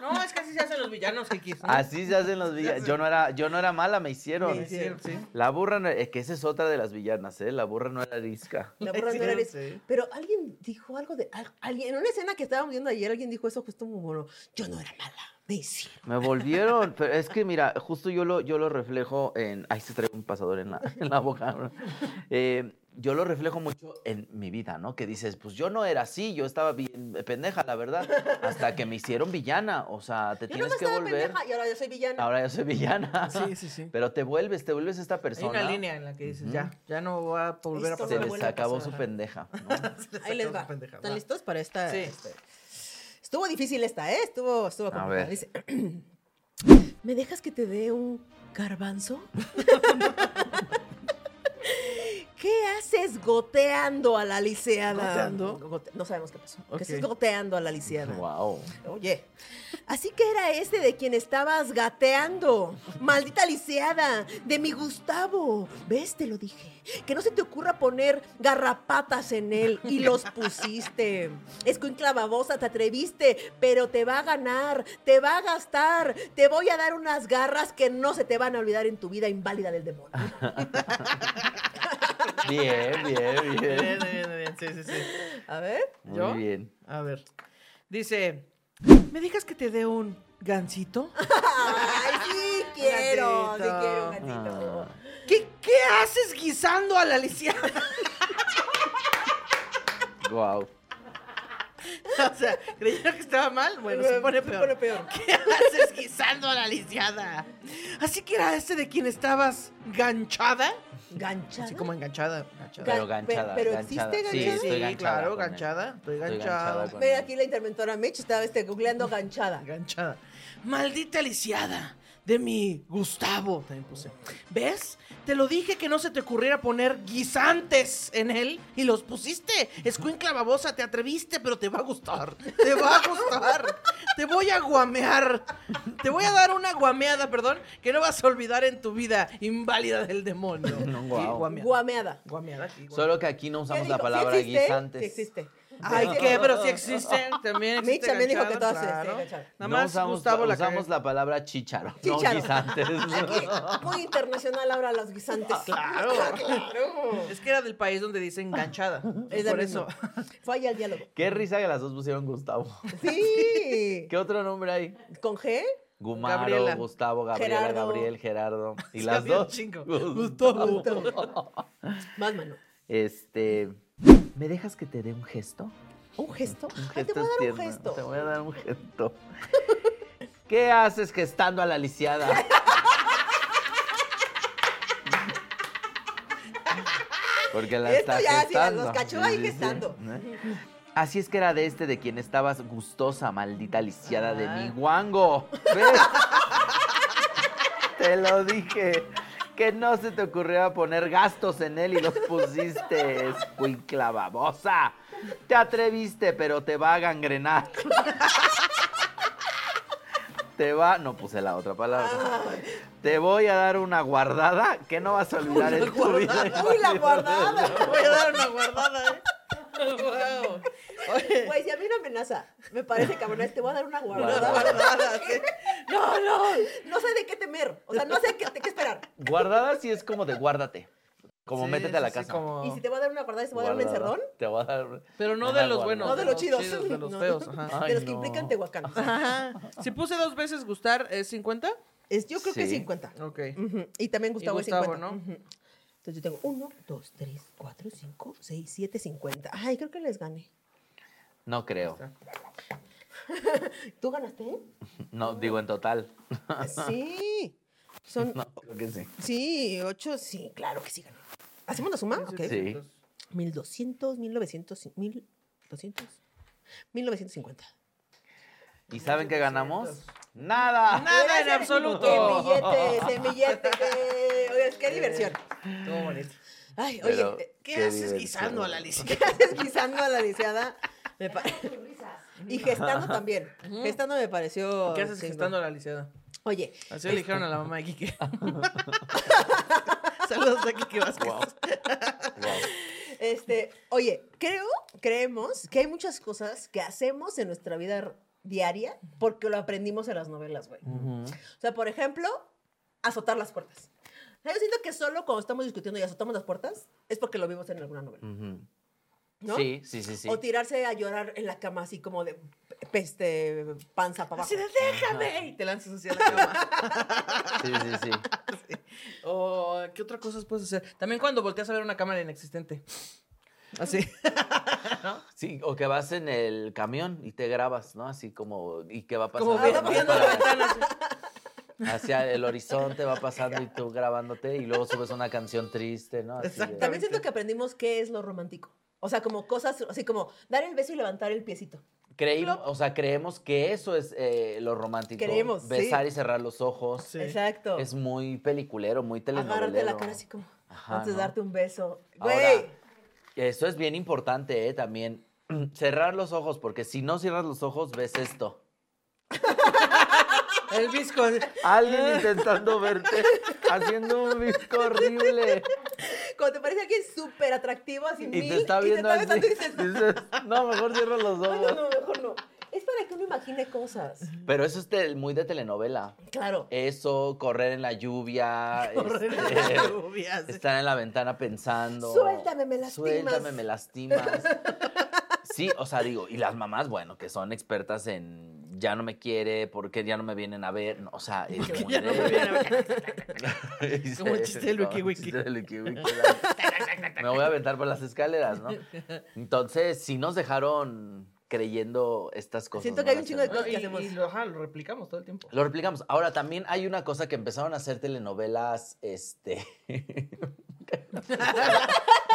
[SPEAKER 1] No, es que así se hacen los villanos, Kikis. ¿no?
[SPEAKER 3] Así se hacen las villanas. Yo no era, yo no era mala, me hicieron.
[SPEAKER 2] Me
[SPEAKER 1] Sí, sí, sí.
[SPEAKER 3] La burra no es que esa es otra de las villanas, ¿eh? La burra no era arisca.
[SPEAKER 2] La borra no era
[SPEAKER 1] Sí,
[SPEAKER 2] Liz.
[SPEAKER 1] sí.
[SPEAKER 2] Pero alguien dijo algo de. al- alguien, en una escena que estábamos viendo ayer, alguien dijo eso justo muy bueno. Yo no era mala, me hicieron.
[SPEAKER 3] Me volvieron, pero es que mira, justo yo lo, yo lo reflejo en... Ahí se trae un pasador en la, en la boca. Eh, yo lo reflejo mucho en mi vida, ¿no? Que dices, pues yo no era así, yo estaba bien pendeja, la verdad, hasta que me hicieron villana, o sea, te
[SPEAKER 2] Yo
[SPEAKER 3] tienes
[SPEAKER 2] nunca
[SPEAKER 3] que
[SPEAKER 2] estaba
[SPEAKER 3] volver.
[SPEAKER 2] pendeja y ahora yo soy villana.
[SPEAKER 3] Ahora yo soy villana.
[SPEAKER 1] Sí, sí, sí.
[SPEAKER 3] Pero te vuelves, te vuelves esta
[SPEAKER 1] Hay
[SPEAKER 3] persona.
[SPEAKER 1] una línea en la que dices, ya, ya no voy a volver a
[SPEAKER 2] Esto
[SPEAKER 1] pasar.
[SPEAKER 2] no
[SPEAKER 3] Se
[SPEAKER 1] esto.
[SPEAKER 3] les
[SPEAKER 2] vuelve a
[SPEAKER 3] acabó
[SPEAKER 2] pasar.
[SPEAKER 3] su pendeja. ¿no?
[SPEAKER 2] Ahí les va.
[SPEAKER 1] Sacamos pendeja,
[SPEAKER 2] ¿Están
[SPEAKER 1] va.
[SPEAKER 2] listos para esta?
[SPEAKER 1] Sí.
[SPEAKER 2] este? Estuvo difícil esta, ¿eh? Estuvo, estuvo
[SPEAKER 3] A
[SPEAKER 2] complicada.
[SPEAKER 3] ver.
[SPEAKER 2] Dice, ¿me dejas que te dé un garbanzo? ¿Qué haces goteando a la lisiada?
[SPEAKER 1] ¿Goteando?
[SPEAKER 2] Gote- no sabemos qué pasó.
[SPEAKER 1] Ok.
[SPEAKER 2] ¿Qué haces goteando a la lisiada?
[SPEAKER 3] Wow.
[SPEAKER 2] Oye, así que era ese de quien estabas gateando. Maldita lisiada, de mi Gustavo. ¿Ves? Te lo dije. Que no se te ocurra poner garrapatas en él y los pusiste. Es que un clavabosa te atreviste, pero te va a ganar, te va a gastar. Te voy a dar unas garras que no se te van a olvidar en tu vida inválida del demonio.
[SPEAKER 3] Bien, bien, bien.
[SPEAKER 1] Bien, bien, bien, sí, sí, sí.
[SPEAKER 2] A ver.
[SPEAKER 3] Muy
[SPEAKER 1] ¿Yo?
[SPEAKER 3] bien.
[SPEAKER 1] A ver. Dice, ¿me dejas que te dé un gansito?
[SPEAKER 2] Ay, sí quiero, sí
[SPEAKER 1] Gatito.
[SPEAKER 2] quiero un gatito.
[SPEAKER 3] Ah.
[SPEAKER 1] ¿Qué, qué haces guisando a la lisiada?
[SPEAKER 3] Wow.
[SPEAKER 1] o sea, creyeron que estaba mal. Bueno, se pone peor. ¿Qué haces guisando a la lisiada? Así que era este de quien estabas ganchada.
[SPEAKER 2] Ganchada.
[SPEAKER 1] Así como enganchada. enganchada.
[SPEAKER 2] Gan-
[SPEAKER 3] Pero ganchada.
[SPEAKER 2] pero
[SPEAKER 3] ganchada.
[SPEAKER 2] ¿existe
[SPEAKER 3] Sí,
[SPEAKER 2] ganchada?
[SPEAKER 3] estoy ganchada
[SPEAKER 1] claro,
[SPEAKER 3] con él.
[SPEAKER 1] ganchada. Estoy
[SPEAKER 3] Estoy
[SPEAKER 1] ganchada.
[SPEAKER 3] con
[SPEAKER 2] Ve
[SPEAKER 3] él.
[SPEAKER 2] aquí la interventora Mitch, estaba este, googleando ganchada.
[SPEAKER 1] Enganchada. Maldita lisiada de mi Gustavo. También puse. ¿Ves? Te lo dije que no se te ocurriera poner guisantes en él y los pusiste. Escuincla babosa, te atreviste, pero te va a gustar. Te va a gustar. Te voy a guamear. Te voy a dar una guameada, perdón, que no vas a olvidar en tu vida inválida del demonio.
[SPEAKER 3] No, guau.
[SPEAKER 1] Sí, guameada.
[SPEAKER 2] Guameada.
[SPEAKER 1] Guameada aquí, guameada.
[SPEAKER 3] Solo que aquí no usamos
[SPEAKER 2] ¿Qué digo?
[SPEAKER 3] la
[SPEAKER 2] ¿Sí
[SPEAKER 3] palabra
[SPEAKER 2] existe?
[SPEAKER 3] guisantes.
[SPEAKER 2] Sí existe.
[SPEAKER 1] Ay,
[SPEAKER 2] Sí,
[SPEAKER 1] qué,
[SPEAKER 2] sí.
[SPEAKER 1] pero sí existen. También
[SPEAKER 2] Mitch
[SPEAKER 1] existe
[SPEAKER 2] también dijo que
[SPEAKER 1] ganchada,
[SPEAKER 2] todas
[SPEAKER 1] claro.
[SPEAKER 2] existen ganchada.
[SPEAKER 1] Nada
[SPEAKER 3] no
[SPEAKER 1] más
[SPEAKER 3] usamos,
[SPEAKER 1] Gustavo la
[SPEAKER 3] usamos
[SPEAKER 1] cagué.
[SPEAKER 3] la palabra chícharo,
[SPEAKER 2] Chícharo.
[SPEAKER 3] no guisantes.
[SPEAKER 2] Aquí, muy internacional ahora los guisantes.
[SPEAKER 1] Claro.
[SPEAKER 2] claro.
[SPEAKER 1] Es que era del país donde dice enganchada.
[SPEAKER 2] Es
[SPEAKER 1] por
[SPEAKER 2] lo
[SPEAKER 1] eso.
[SPEAKER 2] mismo. Falla el diálogo.
[SPEAKER 3] Qué risa que las dos pusieron Gustavo.
[SPEAKER 2] Sí.
[SPEAKER 3] ¿Qué otro nombre hay?
[SPEAKER 2] ¿Con G?
[SPEAKER 3] Gumaro,
[SPEAKER 1] Gabriela.
[SPEAKER 3] Gustavo, Gabriela,
[SPEAKER 2] Gerardo.
[SPEAKER 3] Gabriel, Gerardo. Y
[SPEAKER 1] Sí,
[SPEAKER 3] las
[SPEAKER 1] había un
[SPEAKER 3] dos. Pues,
[SPEAKER 1] chingo.
[SPEAKER 3] Gustavo.
[SPEAKER 2] Más mano.
[SPEAKER 3] Este. ¿Me dejas que te dé un gesto?
[SPEAKER 2] ¿Un gesto?
[SPEAKER 3] Un
[SPEAKER 2] Ay, te
[SPEAKER 3] gesto
[SPEAKER 2] voy a dar un
[SPEAKER 3] tierno,
[SPEAKER 2] gesto.
[SPEAKER 3] Te voy a dar un gesto. ¿Qué haces gestando a la lisiada? Porque la
[SPEAKER 2] Esto
[SPEAKER 3] está
[SPEAKER 2] ya, sí, las
[SPEAKER 3] gestando.
[SPEAKER 2] dos cachó ahí
[SPEAKER 3] Sí, sí, sí.
[SPEAKER 2] gestando.
[SPEAKER 3] Así es que era de este de quien estabas gustosa, maldita lisiada de
[SPEAKER 1] Ah.
[SPEAKER 3] mi guango. ¿Ves? Te lo dije. Que no se te ocurrió poner gastos en él y los pusiste, escuincla babosa. Te atreviste, pero te va a gangrenar. Te va, no puse la otra palabra.
[SPEAKER 2] Ah,
[SPEAKER 3] Te voy a dar una guardada que no vas a olvidar en tu vida.
[SPEAKER 2] Uy, la guardada.
[SPEAKER 1] Voy a dar una guardada, ¿eh? Wow. Oye,
[SPEAKER 2] Güey, si a mí una amenaza, me parece cabrón, te voy a dar una guardada.
[SPEAKER 1] guardada, sí.
[SPEAKER 2] No, no. No sé de qué temer. O sea, no sé qué, de qué esperar.
[SPEAKER 3] Guardada sí es como de guárdate. Como
[SPEAKER 1] Sí,
[SPEAKER 3] métete a
[SPEAKER 1] sí,
[SPEAKER 3] la
[SPEAKER 1] sí,
[SPEAKER 3] casa.
[SPEAKER 1] como-
[SPEAKER 2] Y si te voy a dar una guardada, te voy a dar un
[SPEAKER 3] Guardada.
[SPEAKER 2] encerrón.
[SPEAKER 3] Te voy a dar.
[SPEAKER 1] Pero no
[SPEAKER 3] una
[SPEAKER 1] de los
[SPEAKER 3] guardada.
[SPEAKER 2] No,
[SPEAKER 1] buenos.
[SPEAKER 2] de los chidos.
[SPEAKER 1] De los
[SPEAKER 2] No.
[SPEAKER 1] feos, ajá.
[SPEAKER 3] Ay,
[SPEAKER 2] de los que
[SPEAKER 3] no.
[SPEAKER 2] implican Tehuacán.
[SPEAKER 1] Ajá. Si puse dos veces gustar, ¿es 50?
[SPEAKER 2] Es, yo creo que
[SPEAKER 3] Sí.
[SPEAKER 2] 50.
[SPEAKER 1] Ok.
[SPEAKER 2] Ujú. Y también Gustavo, es
[SPEAKER 1] Gustavo,
[SPEAKER 2] 50.
[SPEAKER 1] ¿no?
[SPEAKER 2] Ujú. Entonces yo tengo 1, 2, 3, 4, 5, 6, 7, 50. Ay, creo que les gané.
[SPEAKER 3] No creo.
[SPEAKER 2] ¿Tú ganaste?
[SPEAKER 3] No, digo en total.
[SPEAKER 2] Sí. Son.
[SPEAKER 3] No, creo que sí.
[SPEAKER 2] Sí, 8, sí, claro que sí gané. ¿Hacemos la suma? Ok.
[SPEAKER 3] sí.
[SPEAKER 2] 1200, 1900, 1200, 1950.
[SPEAKER 3] ¿Y saben qué ganamos? Nada.
[SPEAKER 1] Nada en
[SPEAKER 2] Gracias.
[SPEAKER 1] absoluto.
[SPEAKER 2] En billetes, en billetes. eh. Oigan, qué diversión.
[SPEAKER 1] Estuvo bonito.
[SPEAKER 2] Ay,
[SPEAKER 3] Pero-
[SPEAKER 2] oye, eh,
[SPEAKER 1] ¿Qué,
[SPEAKER 3] Qué
[SPEAKER 1] haces
[SPEAKER 3] divertido.
[SPEAKER 1] guisando a la Alicia?
[SPEAKER 2] ¿qué haces guisando a la lisiada? Me pa-
[SPEAKER 4] risas.
[SPEAKER 2] Y gestando también. Gestando me pareció.
[SPEAKER 1] ¿Qué haces
[SPEAKER 2] chingón.
[SPEAKER 1] gestando a la Alicia?
[SPEAKER 2] Oye,
[SPEAKER 1] Así le dijeron a la mamá de Quique. Saludos a Quique Vázquez.
[SPEAKER 3] Wow. Wow.
[SPEAKER 2] Este, oye, creo, creemos que hay muchas cosas que hacemos en nuestra vida r- diaria porque lo aprendimos en las novelas, güey. O sea, por ejemplo, azotar las puertas. O sea, yo siento que solo cuando estamos discutiendo y azotamos las puertas es porque lo vimos en alguna novela,
[SPEAKER 3] Ujú.
[SPEAKER 2] ¿no?
[SPEAKER 3] Sí, sí, sí, sí.
[SPEAKER 2] O tirarse a llorar en la cama así como de peste, panza para
[SPEAKER 1] Así
[SPEAKER 2] abajo.
[SPEAKER 1] de déjame. Y te lanzas hacia la cama.
[SPEAKER 3] Sí, sí, sí.
[SPEAKER 1] O, ¿qué otra cosa puedes hacer? También cuando volteas a ver una cámara inexistente. Así.
[SPEAKER 3] Sí, o que vas en el camión y te grabas, ¿no? Así como, ¿y qué va pasando?
[SPEAKER 1] Como
[SPEAKER 2] bien,
[SPEAKER 3] Nada más
[SPEAKER 1] viendo la
[SPEAKER 3] para-
[SPEAKER 1] ventana. así.
[SPEAKER 3] hacia el horizonte va pasando y tú grabándote y luego subes una canción triste, ¿no? Así de-
[SPEAKER 1] Exactamente.
[SPEAKER 2] También siento que aprendimos qué es lo romántico. O sea, como cosas, así como dar el beso y levantar el piecito.
[SPEAKER 3] Creímos, o sea, creemos que eso es eh, lo romántico.
[SPEAKER 2] Creemos, sí.
[SPEAKER 3] Besar y cerrar los ojos.
[SPEAKER 1] Sí.
[SPEAKER 2] Exacto.
[SPEAKER 3] Es muy peliculero, muy telenovelero.
[SPEAKER 2] Agárrate la cara así como
[SPEAKER 3] Ajá,
[SPEAKER 2] antes de
[SPEAKER 3] ¿no?
[SPEAKER 2] darte un beso.
[SPEAKER 3] Ahora,
[SPEAKER 2] Güey,
[SPEAKER 3] Eso es bien importante, ¿eh? También cerrar los ojos, porque si no cierras los ojos, ves esto.
[SPEAKER 1] El disco. así.
[SPEAKER 3] Alguien intentando verte, haciendo un disco horrible.
[SPEAKER 2] cuando te parece alguien súper atractivo, así
[SPEAKER 3] Y
[SPEAKER 2] mil,
[SPEAKER 3] te está viendo
[SPEAKER 2] y te está besando
[SPEAKER 3] así.
[SPEAKER 2] y dices,
[SPEAKER 3] Dices, no, mejor cierra los
[SPEAKER 2] no, no,
[SPEAKER 3] ojos.
[SPEAKER 2] no, mejor no. Es para que uno imagine cosas.
[SPEAKER 3] Pero eso es de- muy de telenovela.
[SPEAKER 2] Claro.
[SPEAKER 3] Eso, correr en la lluvia.
[SPEAKER 1] Correr en
[SPEAKER 3] este,
[SPEAKER 1] la lluvia, así.
[SPEAKER 3] Estar en la ventana pensando.
[SPEAKER 2] Suéltame, me lastimas.
[SPEAKER 3] Suéltame, me lastimas. Sí, o sea, digo, y las mamás, bueno, que son expertas en ya no me quiere, porque ya no me vienen a ver. No, o sea, es
[SPEAKER 1] Porque
[SPEAKER 3] muy
[SPEAKER 1] ya no
[SPEAKER 3] de-
[SPEAKER 1] me vienen a ver.
[SPEAKER 3] Y
[SPEAKER 1] Como el
[SPEAKER 3] se-
[SPEAKER 1] chiste del
[SPEAKER 3] como
[SPEAKER 1] Wiki
[SPEAKER 3] el
[SPEAKER 1] Wiki.
[SPEAKER 3] chiste del Wiki Wiki, ¿verdad? Me voy a aventar por las escaleras, ¿no? Entonces, sí nos dejaron creyendo estas cosas.
[SPEAKER 2] Siento que
[SPEAKER 3] ¿no?
[SPEAKER 2] hay un chingo de
[SPEAKER 1] No, y,
[SPEAKER 2] ¿Qué hacemos?
[SPEAKER 1] y lo, ajá, lo replicamos todo el tiempo.
[SPEAKER 3] Lo replicamos. Ahora también hay una cosa que empezaron a hacer telenovelas, este.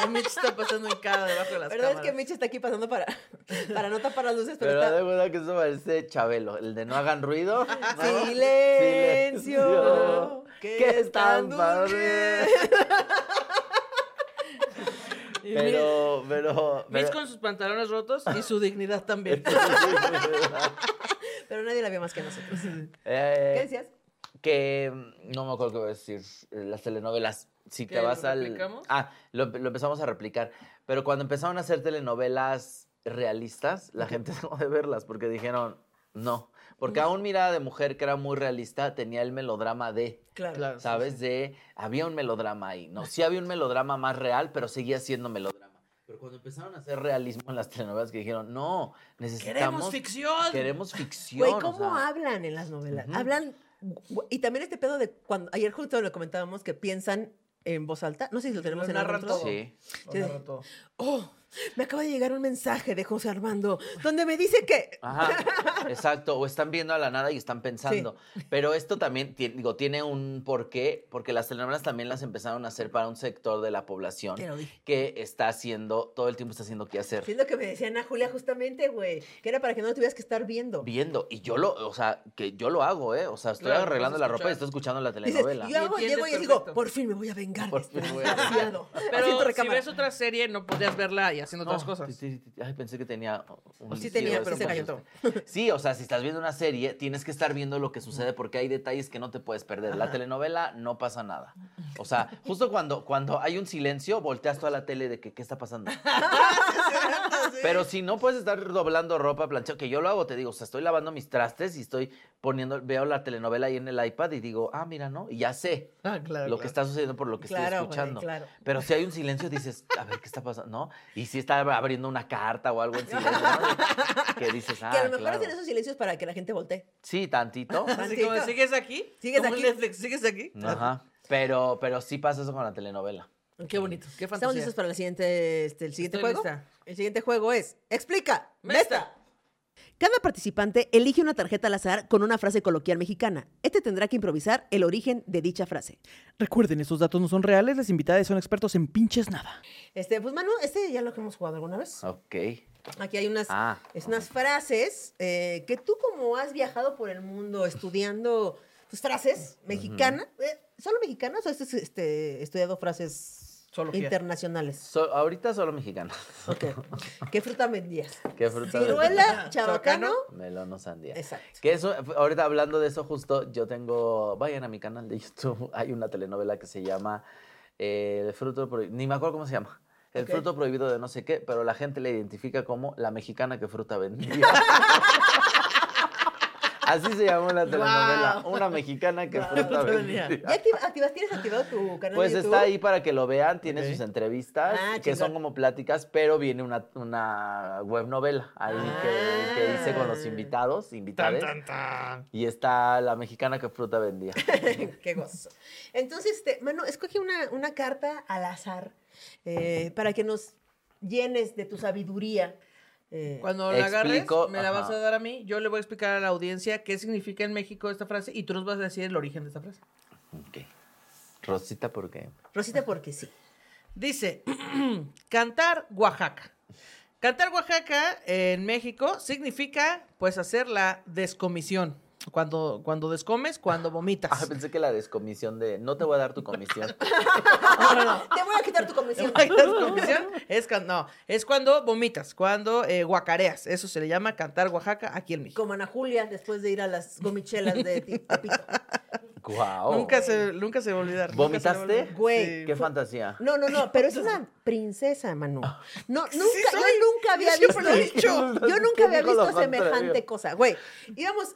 [SPEAKER 1] A mí está pasando en cada debajo de las
[SPEAKER 2] La verdad es
[SPEAKER 1] cámaras.
[SPEAKER 2] que Mitch está aquí pasando para, para no tapar las luces, pero,
[SPEAKER 3] Pero haz de
[SPEAKER 2] está...
[SPEAKER 3] verdad que eso parece Chabelo, el de no hagan ruido. ¿no?
[SPEAKER 2] Silencio,
[SPEAKER 3] Silencio,
[SPEAKER 2] que
[SPEAKER 3] que
[SPEAKER 2] están
[SPEAKER 3] están
[SPEAKER 2] durmiendo.
[SPEAKER 3] durmiendo.
[SPEAKER 1] Y Mitch-
[SPEAKER 3] Pero, pero,
[SPEAKER 1] Mitch
[SPEAKER 3] pero-
[SPEAKER 1] con sus pantalones rotos y su dignidad también.
[SPEAKER 2] Pero nadie la vio más que nosotros.
[SPEAKER 3] Eh,
[SPEAKER 2] ¿Qué decías?
[SPEAKER 3] que mm, no me acuerdo qué voy a decir, eh, las telenovelas. Si
[SPEAKER 1] ¿Que
[SPEAKER 3] te
[SPEAKER 1] lo
[SPEAKER 3] vas al.
[SPEAKER 1] replicamos?
[SPEAKER 3] Ah, lo, lo empezamos a replicar. Pero cuando empezaron a hacer telenovelas realistas, la gente dejó de verlas porque dijeron no. Porque aún Mirada de Mujer, que era muy realista, tenía el melodrama de.
[SPEAKER 2] Claro.
[SPEAKER 1] Claro.
[SPEAKER 3] ¿Sabes? De. Había un melodrama ahí. No, sí había un melodrama más real, pero seguía siendo melodrama. Pero cuando empezaron a hacer realismo en las telenovelas, que dijeron, no, necesitamos.
[SPEAKER 1] ¡Queremos ficción!
[SPEAKER 3] Queremos ficción.
[SPEAKER 2] Güey,
[SPEAKER 3] o
[SPEAKER 2] ¿cómo
[SPEAKER 3] sea,
[SPEAKER 2] hablan en las novelas?
[SPEAKER 3] Ujú.
[SPEAKER 2] Hablan. gu- Y también este pedo de cuando. Ayer justo lo comentábamos que piensan en voz alta. No sé si lo tenemos
[SPEAKER 1] Lo
[SPEAKER 2] en algún
[SPEAKER 1] narran
[SPEAKER 2] otro.
[SPEAKER 1] todo.
[SPEAKER 3] Sí.
[SPEAKER 1] Lo narra todo.
[SPEAKER 2] Oh, me acaba de llegar un mensaje de José Armando donde me dice que.
[SPEAKER 3] Ah, Ajá, exacto. O están viendo a la nada y están pensando. Pero esto también, ti- digo, tiene un porqué, porque las telenovelas también las empezaron a hacer para un sector de la población
[SPEAKER 2] Te lo dije.
[SPEAKER 3] que está haciendo, todo el tiempo está haciendo qué hacer.
[SPEAKER 2] Siento que me decían a Julia justamente, güey. Que era para que no lo tuvieras que estar viendo.
[SPEAKER 3] Viendo. Y yo lo, o sea, que yo lo hago, ¿eh? O sea, estoy
[SPEAKER 1] Claro,
[SPEAKER 3] arreglando
[SPEAKER 1] vas a
[SPEAKER 3] la ropa y
[SPEAKER 1] escuchar.
[SPEAKER 3] estoy escuchando la
[SPEAKER 2] Dices,
[SPEAKER 3] telenovela.
[SPEAKER 2] yo hago,
[SPEAKER 1] Y entiendes
[SPEAKER 2] llego y digo,
[SPEAKER 1] perfecto.
[SPEAKER 2] por fin me voy a vengar.
[SPEAKER 3] Por
[SPEAKER 2] de
[SPEAKER 3] fin
[SPEAKER 2] este
[SPEAKER 3] me voy a vengar.
[SPEAKER 2] desgraciado". Así en tu
[SPEAKER 1] Pero si
[SPEAKER 2] recámara.
[SPEAKER 1] ves otra serie, no podías verla y haciendo otras
[SPEAKER 3] No,
[SPEAKER 1] cosas.
[SPEAKER 3] sí, sí, sí. Ay, pensé que tenía un
[SPEAKER 2] sí
[SPEAKER 3] líquido
[SPEAKER 2] tenía,
[SPEAKER 3] de
[SPEAKER 2] pero se
[SPEAKER 3] esos
[SPEAKER 2] cayó
[SPEAKER 3] muchos. Sí, o sea, si estás viendo una serie, tienes que estar viendo lo que sucede porque hay detalles que no te puedes perder. La telenovela no pasa nada. O sea, justo cuando, cuando hay un silencio, volteas toda la tele de que qué está pasando. Pero si no puedes estar doblando ropa, planchando, que yo lo hago, te digo, o sea, estoy lavando mis trastes y estoy poniendo, veo la telenovela ahí en el iPad y digo, ah, mira, ¿no? Y ya sé
[SPEAKER 1] Ah, claro.
[SPEAKER 3] lo que está sucediendo por lo que
[SPEAKER 2] Claro,
[SPEAKER 3] estoy
[SPEAKER 2] güey,
[SPEAKER 3] escuchando.
[SPEAKER 2] claro.
[SPEAKER 3] Pero si hay un silencio, dices, a ver, ¿qué está pasando? ¿No? Y si está abriendo una carta o algo en silencio, ¿no? que dices, ah,
[SPEAKER 2] que a lo mejor
[SPEAKER 3] claro.
[SPEAKER 2] hacen esos silencios para que la gente voltee.
[SPEAKER 3] Sí, tantito.
[SPEAKER 1] Así como, ¿sigues aquí?
[SPEAKER 2] ¿Sigues
[SPEAKER 1] Como
[SPEAKER 2] aquí?
[SPEAKER 1] Netflix, ¿Sigues aquí?
[SPEAKER 3] Ajá. Pero, pero sí pasa eso con la telenovela.
[SPEAKER 1] Qué bonito, qué
[SPEAKER 2] Estamos
[SPEAKER 1] fantasía.
[SPEAKER 2] listos para la siguiente, este, el siguiente
[SPEAKER 1] Estoy
[SPEAKER 2] juego.
[SPEAKER 1] lista.
[SPEAKER 2] El siguiente juego es Explica,
[SPEAKER 1] ¡Mesta!
[SPEAKER 2] Mesta. Cada participante elige una tarjeta al azar con una frase coloquial mexicana. Este tendrá que improvisar el origen de dicha frase.
[SPEAKER 5] Recuerden, estos datos no son reales, las invitadas son expertos en pinches nada.
[SPEAKER 2] Este, pues Manu, este ya lo que hemos jugado alguna vez.
[SPEAKER 3] Ok.
[SPEAKER 2] Aquí hay unas,
[SPEAKER 3] Ah,
[SPEAKER 2] es unas frases eh, que tú como has viajado por el mundo estudiando pues, frases mexicanas, eh, ¿solo mexicanas o has este, este, estudiado frases
[SPEAKER 1] Solo que-
[SPEAKER 2] internacionales?
[SPEAKER 3] So- ahorita solo mexicano.
[SPEAKER 2] Ok. ¿Qué fruta vendías?
[SPEAKER 3] ¿Qué fruta? de-
[SPEAKER 2] Ciruela,
[SPEAKER 1] Chabacano.
[SPEAKER 2] chabacano.
[SPEAKER 3] Melón o sandía.
[SPEAKER 2] Exacto.
[SPEAKER 3] Que eso, ahorita hablando de eso justo, yo tengo, vayan a mi canal de YouTube, hay una telenovela que se llama eh, El fruto prohibido, ni me acuerdo cómo se llama, El
[SPEAKER 2] Ok.
[SPEAKER 3] fruto prohibido de no sé qué, pero la gente le identifica como la mexicana que fruta vendía. Así se llamó la telenovela,
[SPEAKER 1] Guau.
[SPEAKER 3] una mexicana que
[SPEAKER 1] Guau.
[SPEAKER 3] fruta
[SPEAKER 1] Fruta vendía.
[SPEAKER 3] vendía.
[SPEAKER 2] ¿Ya activ- activas- tienes activado tu canal
[SPEAKER 3] Pues
[SPEAKER 2] de YouTube?
[SPEAKER 3] está ahí para que lo vean, tiene
[SPEAKER 1] Ok.
[SPEAKER 3] sus entrevistas,
[SPEAKER 2] Ah,
[SPEAKER 3] que son
[SPEAKER 2] chingón.
[SPEAKER 3] como pláticas, pero viene una, una web novela ahí que, que hice con los
[SPEAKER 2] Ah.
[SPEAKER 3] invitados,
[SPEAKER 1] Tan,
[SPEAKER 3] invitadas.
[SPEAKER 1] tan, tan.
[SPEAKER 3] Y está la mexicana que fruta vendía.
[SPEAKER 2] Qué gozo. Entonces, este, Manu, escoge una, una carta al azar eh, para que nos llenes de tu sabiduría. eh,
[SPEAKER 1] Cuando la
[SPEAKER 3] Explico,
[SPEAKER 1] agarres, me la vas
[SPEAKER 3] ajá.
[SPEAKER 1] a dar a mí. Yo le voy a explicar a la audiencia qué significa en México esta frase y tú nos vas a decir el origen de esta frase.
[SPEAKER 3] Ok. Rosita, ¿por qué?
[SPEAKER 2] Rosita, porque sí.
[SPEAKER 1] Dice, cantar Oaxaca. Cantar Oaxaca eh, en México significa, pues, hacer la descomisión. Cuando, cuando descomes, cuando
[SPEAKER 3] Ah,
[SPEAKER 1] vomitas.
[SPEAKER 3] pensé que la descomisión de no te voy a dar tu comisión.
[SPEAKER 2] Te voy a quitar tu comisión.
[SPEAKER 1] La descomisión es, cuan- no, es cuando vomitas, cuando eh, guacareas. Eso se le llama cantar Oaxaca aquí en México.
[SPEAKER 2] Como Ana Julia después de ir a las gomichelas de Ti- Tepito.
[SPEAKER 3] Guau.
[SPEAKER 1] Nunca, se, nunca se va a olvidar. nunca se le va a
[SPEAKER 3] Oh. ¿Vomitaste?
[SPEAKER 1] olvidar.
[SPEAKER 2] Güey.
[SPEAKER 3] Qué fantasía.
[SPEAKER 2] No, no, no, pero es una princesa, Manu. No, nunca, yo
[SPEAKER 1] soy.
[SPEAKER 2] nunca había
[SPEAKER 1] Yo siempre lo he
[SPEAKER 2] visto.
[SPEAKER 3] dicho.
[SPEAKER 2] Yo nunca había
[SPEAKER 3] Nunca lo
[SPEAKER 2] visto
[SPEAKER 3] vas a traer.
[SPEAKER 2] semejante cosa, güey. Íbamos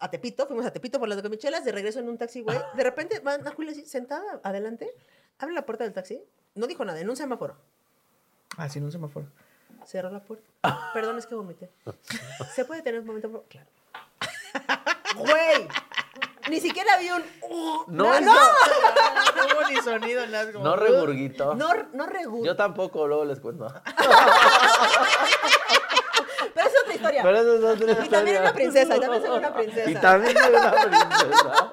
[SPEAKER 2] a Tepito, fuimos a Tepito por las gomichelas, de regreso en un taxi, güey. De repente va Ana Julia así, sentada, adelante, abre la puerta del taxi. No dijo nada, en un semáforo.
[SPEAKER 1] Ah, sí, en un semáforo.
[SPEAKER 2] Cerró la puerta. Perdón, es que vomité. ¿Se puede tener un momento? por favor? Claro. Güey, ni siquiera vi un... uh, nada.
[SPEAKER 3] No, no.
[SPEAKER 1] No hubo ni sonido, nada. es como-
[SPEAKER 3] No regurgito.
[SPEAKER 2] No, no regula.
[SPEAKER 3] Yo tampoco, luego les cuento.
[SPEAKER 2] Pero es otra historia.
[SPEAKER 3] Pero eso es otra
[SPEAKER 2] Y también
[SPEAKER 3] historia.
[SPEAKER 2] una princesa, y también soy una princesa.
[SPEAKER 3] Y también soy una princesa.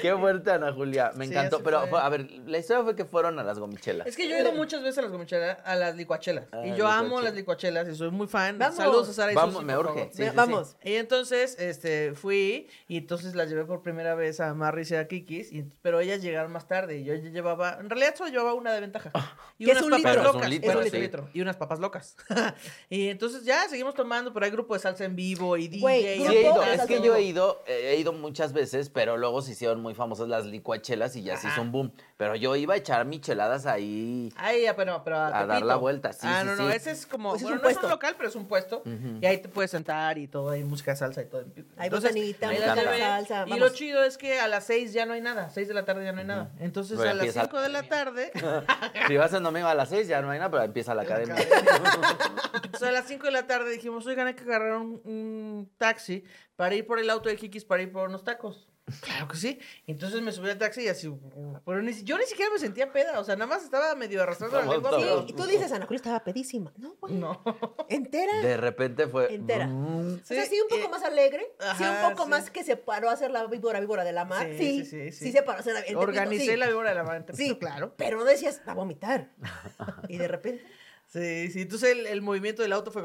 [SPEAKER 3] Qué fuerte, Ana Julia. Me
[SPEAKER 1] Sí,
[SPEAKER 3] encantó.
[SPEAKER 1] así
[SPEAKER 3] Pero,
[SPEAKER 1] fue.
[SPEAKER 3] fue- a ver, la historia fue que fueron a las gomichelas.
[SPEAKER 1] Es que yo he ido muchas veces a las gomichelas, a las licuachelas.
[SPEAKER 3] Ah,
[SPEAKER 1] y yo amo
[SPEAKER 3] licuachelas.
[SPEAKER 1] las licuachelas y soy muy fan.
[SPEAKER 2] Vamos.
[SPEAKER 1] Saludos a Sara y
[SPEAKER 3] Vamos,
[SPEAKER 1] Susi,
[SPEAKER 3] me
[SPEAKER 1] por
[SPEAKER 3] urge.
[SPEAKER 1] favor.
[SPEAKER 3] Sí, sí, sí.
[SPEAKER 2] Vamos.
[SPEAKER 1] Y entonces este, fui y entonces las llevé por primera vez a Marris y a Kikis, y- pero ellas llegaron más tarde y yo ya llevaba, en realidad solo llevaba una de ventaja. Y
[SPEAKER 2] Que Ah. es
[SPEAKER 1] unas
[SPEAKER 2] un
[SPEAKER 1] papas
[SPEAKER 2] litro.
[SPEAKER 1] locas.
[SPEAKER 3] Es un litro,
[SPEAKER 1] pero
[SPEAKER 3] sí.
[SPEAKER 1] es un litro. Y unas papas locas. y entonces ya seguimos tomando, pero hay grupo de salsa en vivo y DJ.
[SPEAKER 2] Güey,
[SPEAKER 1] y
[SPEAKER 2] grupo
[SPEAKER 3] Sí, he ido.
[SPEAKER 2] Grupo,
[SPEAKER 1] artistas,
[SPEAKER 3] Es que
[SPEAKER 2] exacto.
[SPEAKER 3] yo he ido, eh, he ido muchas veces, pero luego se hicieron muy famosas las licuachelas y ya se hizo un boom. Pero yo iba a echar mis cheladas ahí.
[SPEAKER 1] Ay, ah, pero, pero
[SPEAKER 3] A dar la vuelta, sí,
[SPEAKER 1] Ah,
[SPEAKER 3] sí,
[SPEAKER 1] no,
[SPEAKER 3] sí.
[SPEAKER 1] no, ese es como,
[SPEAKER 2] Pues es
[SPEAKER 1] bueno,
[SPEAKER 2] un
[SPEAKER 1] no es un
[SPEAKER 2] puesto.
[SPEAKER 1] local, pero es un puesto. Y ahí te puedes sentar y todo, hay música salsa y todo.
[SPEAKER 2] Hay
[SPEAKER 1] Entonces,
[SPEAKER 2] botanita,
[SPEAKER 1] ahí las
[SPEAKER 3] música
[SPEAKER 1] llevé.
[SPEAKER 2] salsa,
[SPEAKER 1] Y
[SPEAKER 2] vamos.
[SPEAKER 1] lo chido es que a las seis ya no hay nada, seis de la tarde ya no hay nada. Entonces
[SPEAKER 3] Pero
[SPEAKER 1] a las
[SPEAKER 3] empieza la
[SPEAKER 1] cinco de la tarde,
[SPEAKER 3] Si vas en domingo a las 6, ya no hay nada, pero empieza la academia.
[SPEAKER 1] entonces a las cinco de la tarde dijimos, oigan, hay que agarrar un, un taxi para ir por el auto de Kikis para ir por unos tacos. Claro que sí. Entonces me subí al taxi y así, pero ni, yo ni siquiera me sentía peda, o sea, nada más estaba medio arrastrando la
[SPEAKER 3] Estamos
[SPEAKER 1] lengua.
[SPEAKER 3] todos.
[SPEAKER 1] pero-
[SPEAKER 2] Y tú dices, Ana Julia estaba pedísima. No, güey.
[SPEAKER 1] No.
[SPEAKER 2] Entera.
[SPEAKER 3] De repente fue.
[SPEAKER 2] Entera.
[SPEAKER 3] mm,
[SPEAKER 2] o sea,
[SPEAKER 1] Sí,
[SPEAKER 2] sí, un poco
[SPEAKER 1] eh,
[SPEAKER 2] más alegre. sí,
[SPEAKER 1] ajá,
[SPEAKER 2] un poco
[SPEAKER 1] sí.
[SPEAKER 2] más que se paró a hacer la víbora, víbora de la mar.
[SPEAKER 1] Sí, sí,
[SPEAKER 2] Sí, sí,
[SPEAKER 1] sí, sí.
[SPEAKER 2] se paró a hacer la el tepito,
[SPEAKER 1] Organicé
[SPEAKER 2] Eh, sí.
[SPEAKER 1] la víbora de la mar.
[SPEAKER 2] Sí, claro. Pero no decías, va a vomitar. Y de repente.
[SPEAKER 1] Sí, sí. Entonces el, el movimiento del auto fue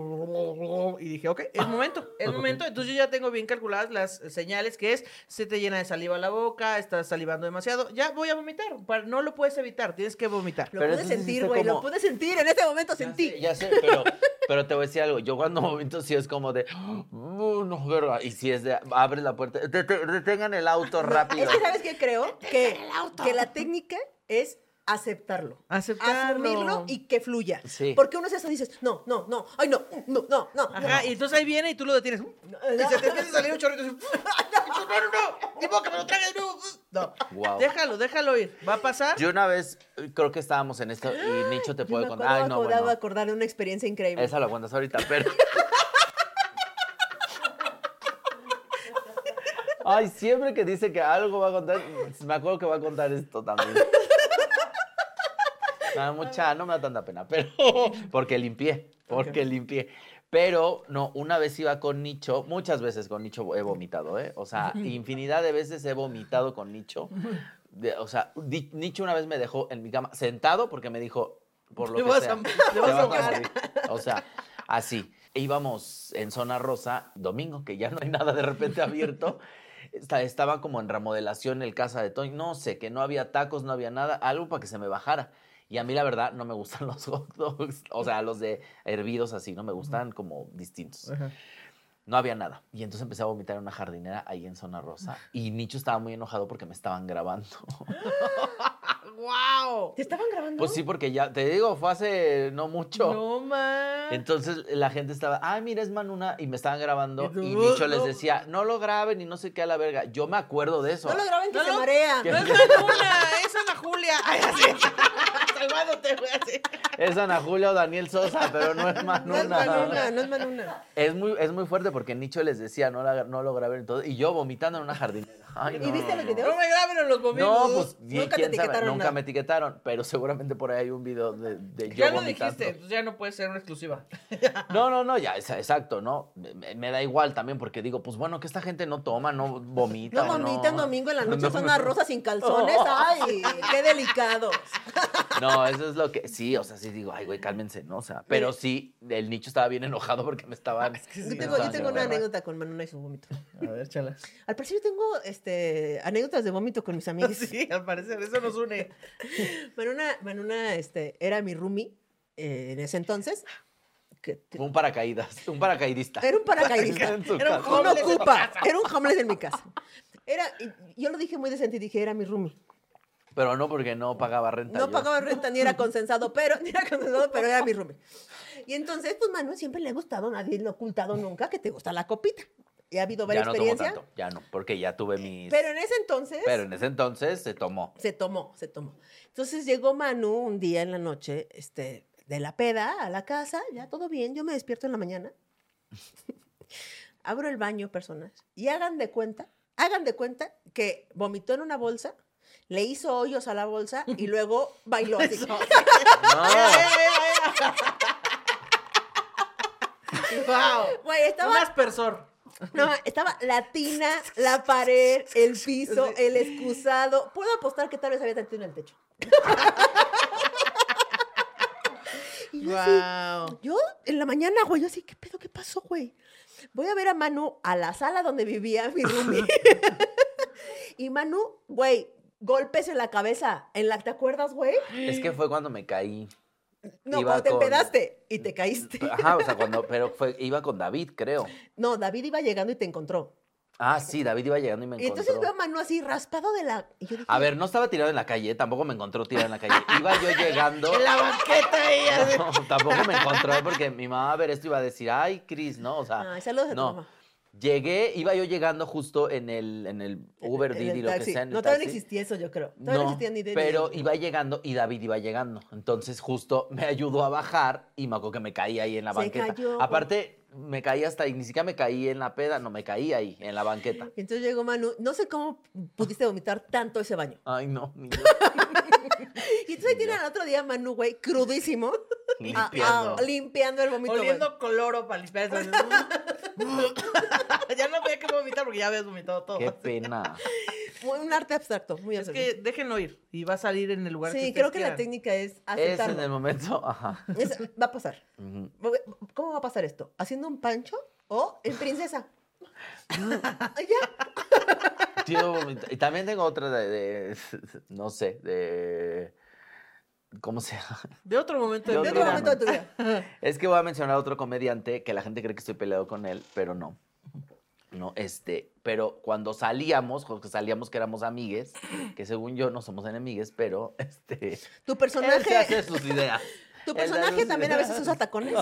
[SPEAKER 1] como. Y dije, ok, es momento, es momento. Entonces yo ya tengo bien calculadas las señales que es: se te llena de saliva la boca, estás salivando demasiado. Ya voy a vomitar. para- No lo puedes evitar, tienes que vomitar.
[SPEAKER 2] Lo
[SPEAKER 3] Pero
[SPEAKER 2] pude
[SPEAKER 3] entonces
[SPEAKER 2] sentir,
[SPEAKER 3] hiciste
[SPEAKER 2] güey. Lo
[SPEAKER 3] como-
[SPEAKER 2] pude sentir. En este momento
[SPEAKER 3] ya
[SPEAKER 2] sentí.
[SPEAKER 3] sé, Ya sé, pero, pero te voy a decir algo. Yo cuando momento sí es como de. "Mm, No, verdad. Y si es de. Abres la puerta. "Dete- Detengan el auto rápido.
[SPEAKER 2] Es que, ¿sabes qué creo? Que, que la técnica es aceptarlo.
[SPEAKER 1] Aceptarlo.
[SPEAKER 2] Asumirlo y que fluya.
[SPEAKER 3] Sí.
[SPEAKER 2] Porque uno es eso dices, no, no, no, ay, no, no, no, no.
[SPEAKER 1] Ajá, y entonces ahí viene y tú lo detienes. Y se te empieza a salir un chorrito. así, No, no, no, mi boca me lo traga de nuevo. ¡uh! No,
[SPEAKER 3] Guau.
[SPEAKER 1] déjalo, déjalo ir. Va a pasar.
[SPEAKER 3] Yo una vez eh, creo que estábamos en esto y Nicho
[SPEAKER 2] Yo me
[SPEAKER 3] te puede
[SPEAKER 2] acuerdo,
[SPEAKER 3] contar. Ay, no,
[SPEAKER 2] acordaba,
[SPEAKER 3] bueno.
[SPEAKER 2] acordar de una experiencia increíble.
[SPEAKER 3] Esa la cuentas ahorita, pero. Ay, siempre que dice que algo va a contar, me acuerdo que va a contar esto también. Me da mucha, no me da tanta pena, pero porque limpié, porque limpié. Pero no, una vez iba con Nicho, muchas veces con Nicho he vomitado, ¿eh? O sea, infinidad de veces he vomitado con Nicho. De- o sea, Di- Nicho una vez me dejó en mi cama sentado porque me dijo, por lo
[SPEAKER 1] Te
[SPEAKER 3] que
[SPEAKER 1] vas
[SPEAKER 3] sea.
[SPEAKER 1] a- te vas a ahogar.
[SPEAKER 3] morir. O sea, así. E íbamos en zona rosa domingo, que ya no hay nada de repente abierto. Esta- Estaba como en remodelación el casa de Toño. No sé, que no había tacos, no había nada, algo para que se me bajara. Y a mí la verdad no me gustan los hot dogs, o sea, los de hervidos así, no me gustan como distintos.
[SPEAKER 1] Ajá.
[SPEAKER 3] No había nada. Y entonces empecé a vomitar en una jardinera ahí en Zona Rosa. Y Nicho estaba muy enojado porque me estaban grabando.
[SPEAKER 1] ¡Wow!
[SPEAKER 2] ¿Te estaban grabando?
[SPEAKER 3] Pues sí, porque ya, te digo, fue hace no mucho.
[SPEAKER 1] No man.
[SPEAKER 3] Entonces la gente estaba, ay, mira, es Manuna, y me estaban grabando.
[SPEAKER 1] Y tú,
[SPEAKER 3] Y Nicho les
[SPEAKER 1] no.
[SPEAKER 3] decía, no lo graben y no sé qué a la verga. Yo me acuerdo de eso.
[SPEAKER 2] No lo graben que
[SPEAKER 1] No
[SPEAKER 2] se
[SPEAKER 1] lo-
[SPEAKER 2] marea.
[SPEAKER 1] No es Manuna, es Ana Julia. Ay, así. Salvándote, güey, así.
[SPEAKER 3] Es Ana Julia o Daniel Sosa, pero no es
[SPEAKER 2] No es
[SPEAKER 3] Manuna.
[SPEAKER 2] Manuna, no es Manuna.
[SPEAKER 3] Es muy, es muy fuerte porque Nicho les decía, no, la- no lo graben y todo. Y yo vomitando en una jardinera. Ay,
[SPEAKER 2] ¿Y
[SPEAKER 3] no,
[SPEAKER 2] viste
[SPEAKER 3] no,
[SPEAKER 2] los
[SPEAKER 3] no.
[SPEAKER 2] videos?
[SPEAKER 1] No me graben en los momentos.
[SPEAKER 3] No, pues
[SPEAKER 2] Nunca te
[SPEAKER 3] nunca quién sabe,
[SPEAKER 2] etiquetaron
[SPEAKER 3] nunca
[SPEAKER 2] nada.
[SPEAKER 3] me etiquetaron, pero seguramente por ahí hay un video de, de yo
[SPEAKER 1] Ya lo
[SPEAKER 3] vomitando.
[SPEAKER 1] dijiste, pues ya no puede ser una exclusiva.
[SPEAKER 3] No, no, no, ya, esa- exacto, ¿no? Me, me da igual también porque digo, pues bueno, que esta gente no toma, no vomita.
[SPEAKER 2] No
[SPEAKER 3] o
[SPEAKER 2] vomitan domingo en la noche,
[SPEAKER 3] No,
[SPEAKER 2] son unas rosas sin calzones. Ay, qué delicados.
[SPEAKER 3] No, eso es lo que, sí, o sea, sí digo, ay, güey, cálmense, ¿no? O sea, pero sí, el nicho estaba bien enojado porque me estaban...
[SPEAKER 1] que sí,
[SPEAKER 2] Yo
[SPEAKER 3] me
[SPEAKER 2] tengo, yo
[SPEAKER 3] estaban
[SPEAKER 2] tengo una
[SPEAKER 3] grabando.
[SPEAKER 2] anécdota con Manuna y su vómito.
[SPEAKER 1] A ver, chalas.
[SPEAKER 2] Al parecer yo tengo este, anécdotas de vómito con mis amigos.
[SPEAKER 1] Sí, al parecer, eso nos une.
[SPEAKER 2] Manuna, Manuna este, era mi roomie eh, en ese entonces. que-
[SPEAKER 3] Fue Un paracaídas, un paracaidista.
[SPEAKER 2] era un paracaidista.
[SPEAKER 3] En su
[SPEAKER 1] Era un
[SPEAKER 3] casa.
[SPEAKER 2] Un
[SPEAKER 1] Homeless en
[SPEAKER 2] ocupa. Era un homeless en mi casa. Era, y- yo lo dije muy decente y dije, era mi roomie.
[SPEAKER 3] Pero no porque no pagaba renta.
[SPEAKER 2] No
[SPEAKER 3] yo.
[SPEAKER 2] pagaba renta, ni era consensado, pero, ni era consensado, pero era mi roomie. Y entonces, pues Manuel siempre le ha gustado, nadie le ha ocultado nunca que te gusta la copita. Y ha habido
[SPEAKER 3] Ya
[SPEAKER 2] varias
[SPEAKER 3] no tomo
[SPEAKER 2] experiencias.
[SPEAKER 3] tanto, ya no, porque ya tuve mis...
[SPEAKER 2] pero en ese entonces
[SPEAKER 3] Pero en ese entonces se tomó.
[SPEAKER 2] se tomó, se tomó. Entonces llegó Manu un día en la noche, este, de la peda a la casa, ya todo bien, yo me despierto en la mañana. Abro el baño, personas, y hagan de cuenta, hagan de cuenta que vomitó en una bolsa, le hizo hoyos a la bolsa y luego bailó así.
[SPEAKER 1] Ah.
[SPEAKER 3] No,
[SPEAKER 1] ¡Wow!
[SPEAKER 2] Güey, estaba
[SPEAKER 1] Un aspersor.
[SPEAKER 2] No, estaba la tina, la pared, el piso, el excusado. Puedo apostar que tal vez había tantito en el techo. Y yo, así,
[SPEAKER 1] ¡Wow!
[SPEAKER 2] yo en la mañana, güey, yo así, ¿qué pedo? ¿Qué pasó, güey? Voy a ver a Manu a la sala donde vivía mi roomie. y Manu, güey, golpes en la cabeza. En la, ¿Te acuerdas, güey?
[SPEAKER 3] es que fue cuando me caí.
[SPEAKER 2] No,
[SPEAKER 3] Iba
[SPEAKER 2] cuando te
[SPEAKER 3] con- Ah.
[SPEAKER 2] empedaste y te caíste.
[SPEAKER 3] Ajá, o sea, cuando, pero fue, iba con David, creo.
[SPEAKER 2] No, David iba llegando y te encontró.
[SPEAKER 3] Ah, sí, David iba llegando y me
[SPEAKER 2] Y entonces veo a
[SPEAKER 3] encontró.
[SPEAKER 2] Manu así, raspado de la... y yo dije,
[SPEAKER 3] A ver, no estaba tirado en la calle, tampoco me encontró tirado en la calle. Iba yo llegando.
[SPEAKER 1] En la banqueta ella. así.
[SPEAKER 3] No, tampoco me encontró porque mi mamá a ver esto iba a decir, ay, Cris, ¿no? O sea,
[SPEAKER 2] "Ah, Ay, saludos a tu
[SPEAKER 3] no.
[SPEAKER 2] mamá.
[SPEAKER 3] Llegué, iba yo llegando justo en el, en el Uber,
[SPEAKER 2] En el
[SPEAKER 3] Didi, lo que
[SPEAKER 2] taxi.
[SPEAKER 3] sea. en el
[SPEAKER 2] No, todavía no
[SPEAKER 3] taxi.
[SPEAKER 2] existía eso, yo creo. Todavía no, existía ni de
[SPEAKER 3] pero iba llegando y David iba llegando. Entonces justo me ayudó a bajar y me acuerdo que me caí ahí en la
[SPEAKER 2] Se
[SPEAKER 3] banqueta.
[SPEAKER 2] cayó, güey.
[SPEAKER 3] Aparte, me caí hasta ahí, ni siquiera me caí en la peda, no, me caí ahí, en la banqueta.
[SPEAKER 2] Entonces llegó Manu, no sé cómo pudiste vomitar tanto ese baño.
[SPEAKER 3] Ay, no, ni yo,
[SPEAKER 2] Y entonces ahí tienen al otro día Manu, güey, crudísimo, a- a-
[SPEAKER 3] limpiando.
[SPEAKER 2] Ah, limpiando el vómito. güey.
[SPEAKER 1] Oliendo coloro para limpiar. así. ya no veía que vomitar porque ya habías vomitado todo.
[SPEAKER 3] Qué pena.
[SPEAKER 2] Muy- Un arte abstracto, muy
[SPEAKER 1] Es
[SPEAKER 2] abstracto.
[SPEAKER 1] que déjenlo ir y va a salir en el lugar que
[SPEAKER 2] sí,
[SPEAKER 1] ustedes
[SPEAKER 2] creo que la
[SPEAKER 1] quieran.
[SPEAKER 2] técnica es
[SPEAKER 3] Es en el
[SPEAKER 2] aceptarlo.
[SPEAKER 3] momento, ajá.
[SPEAKER 2] Es- va a pasar.
[SPEAKER 3] Ujú.
[SPEAKER 2] ¿Cómo va a pasar esto? ¿Haciendo un pancho o en princesa? ya,
[SPEAKER 3] Tío, y también tengo otra de, de- no sé, de... ¿Cómo se llama?
[SPEAKER 1] De otro momento de,
[SPEAKER 3] De
[SPEAKER 2] de
[SPEAKER 1] mi
[SPEAKER 2] otro
[SPEAKER 1] vida.
[SPEAKER 2] momento de tu vida.
[SPEAKER 3] Es que voy a mencionar a otro comediante que la gente cree que estoy peleado con él, pero no. No, este, pero cuando salíamos, cuando salíamos que éramos amigues, que según yo no somos enemigues, pero este,
[SPEAKER 2] Tu
[SPEAKER 3] él se
[SPEAKER 2] personaje,
[SPEAKER 3] hace sus ideas.
[SPEAKER 2] tu
[SPEAKER 3] Él se hace
[SPEAKER 2] personaje
[SPEAKER 3] sus
[SPEAKER 2] también a
[SPEAKER 3] ideas.
[SPEAKER 2] veces usa tacones.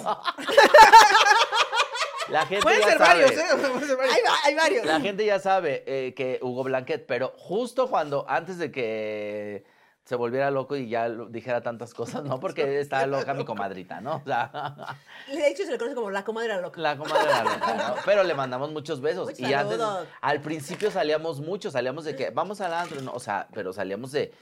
[SPEAKER 3] La gente
[SPEAKER 1] Pueden
[SPEAKER 3] ya
[SPEAKER 1] ser
[SPEAKER 3] sabe.
[SPEAKER 1] varios, ¿eh? Pueden ser varios.
[SPEAKER 2] Hay, va- hay varios.
[SPEAKER 3] La gente ya sabe eh, que Hugo Blanquet, pero justo cuando, antes de que se volviera loco y ya lo- dijera tantas cosas, ¿no? Porque estaba loca mi comadrita, ¿no? O sea,
[SPEAKER 2] De hecho, se le conoce como la comadre la loca.
[SPEAKER 3] la comadre era loca, ¿no? Pero le mandamos muchos besos.
[SPEAKER 2] Muchos
[SPEAKER 3] y antes,
[SPEAKER 2] saludos.
[SPEAKER 3] al principio salíamos mucho, salíamos de que vamos al antro, no, o sea, pero salíamos de...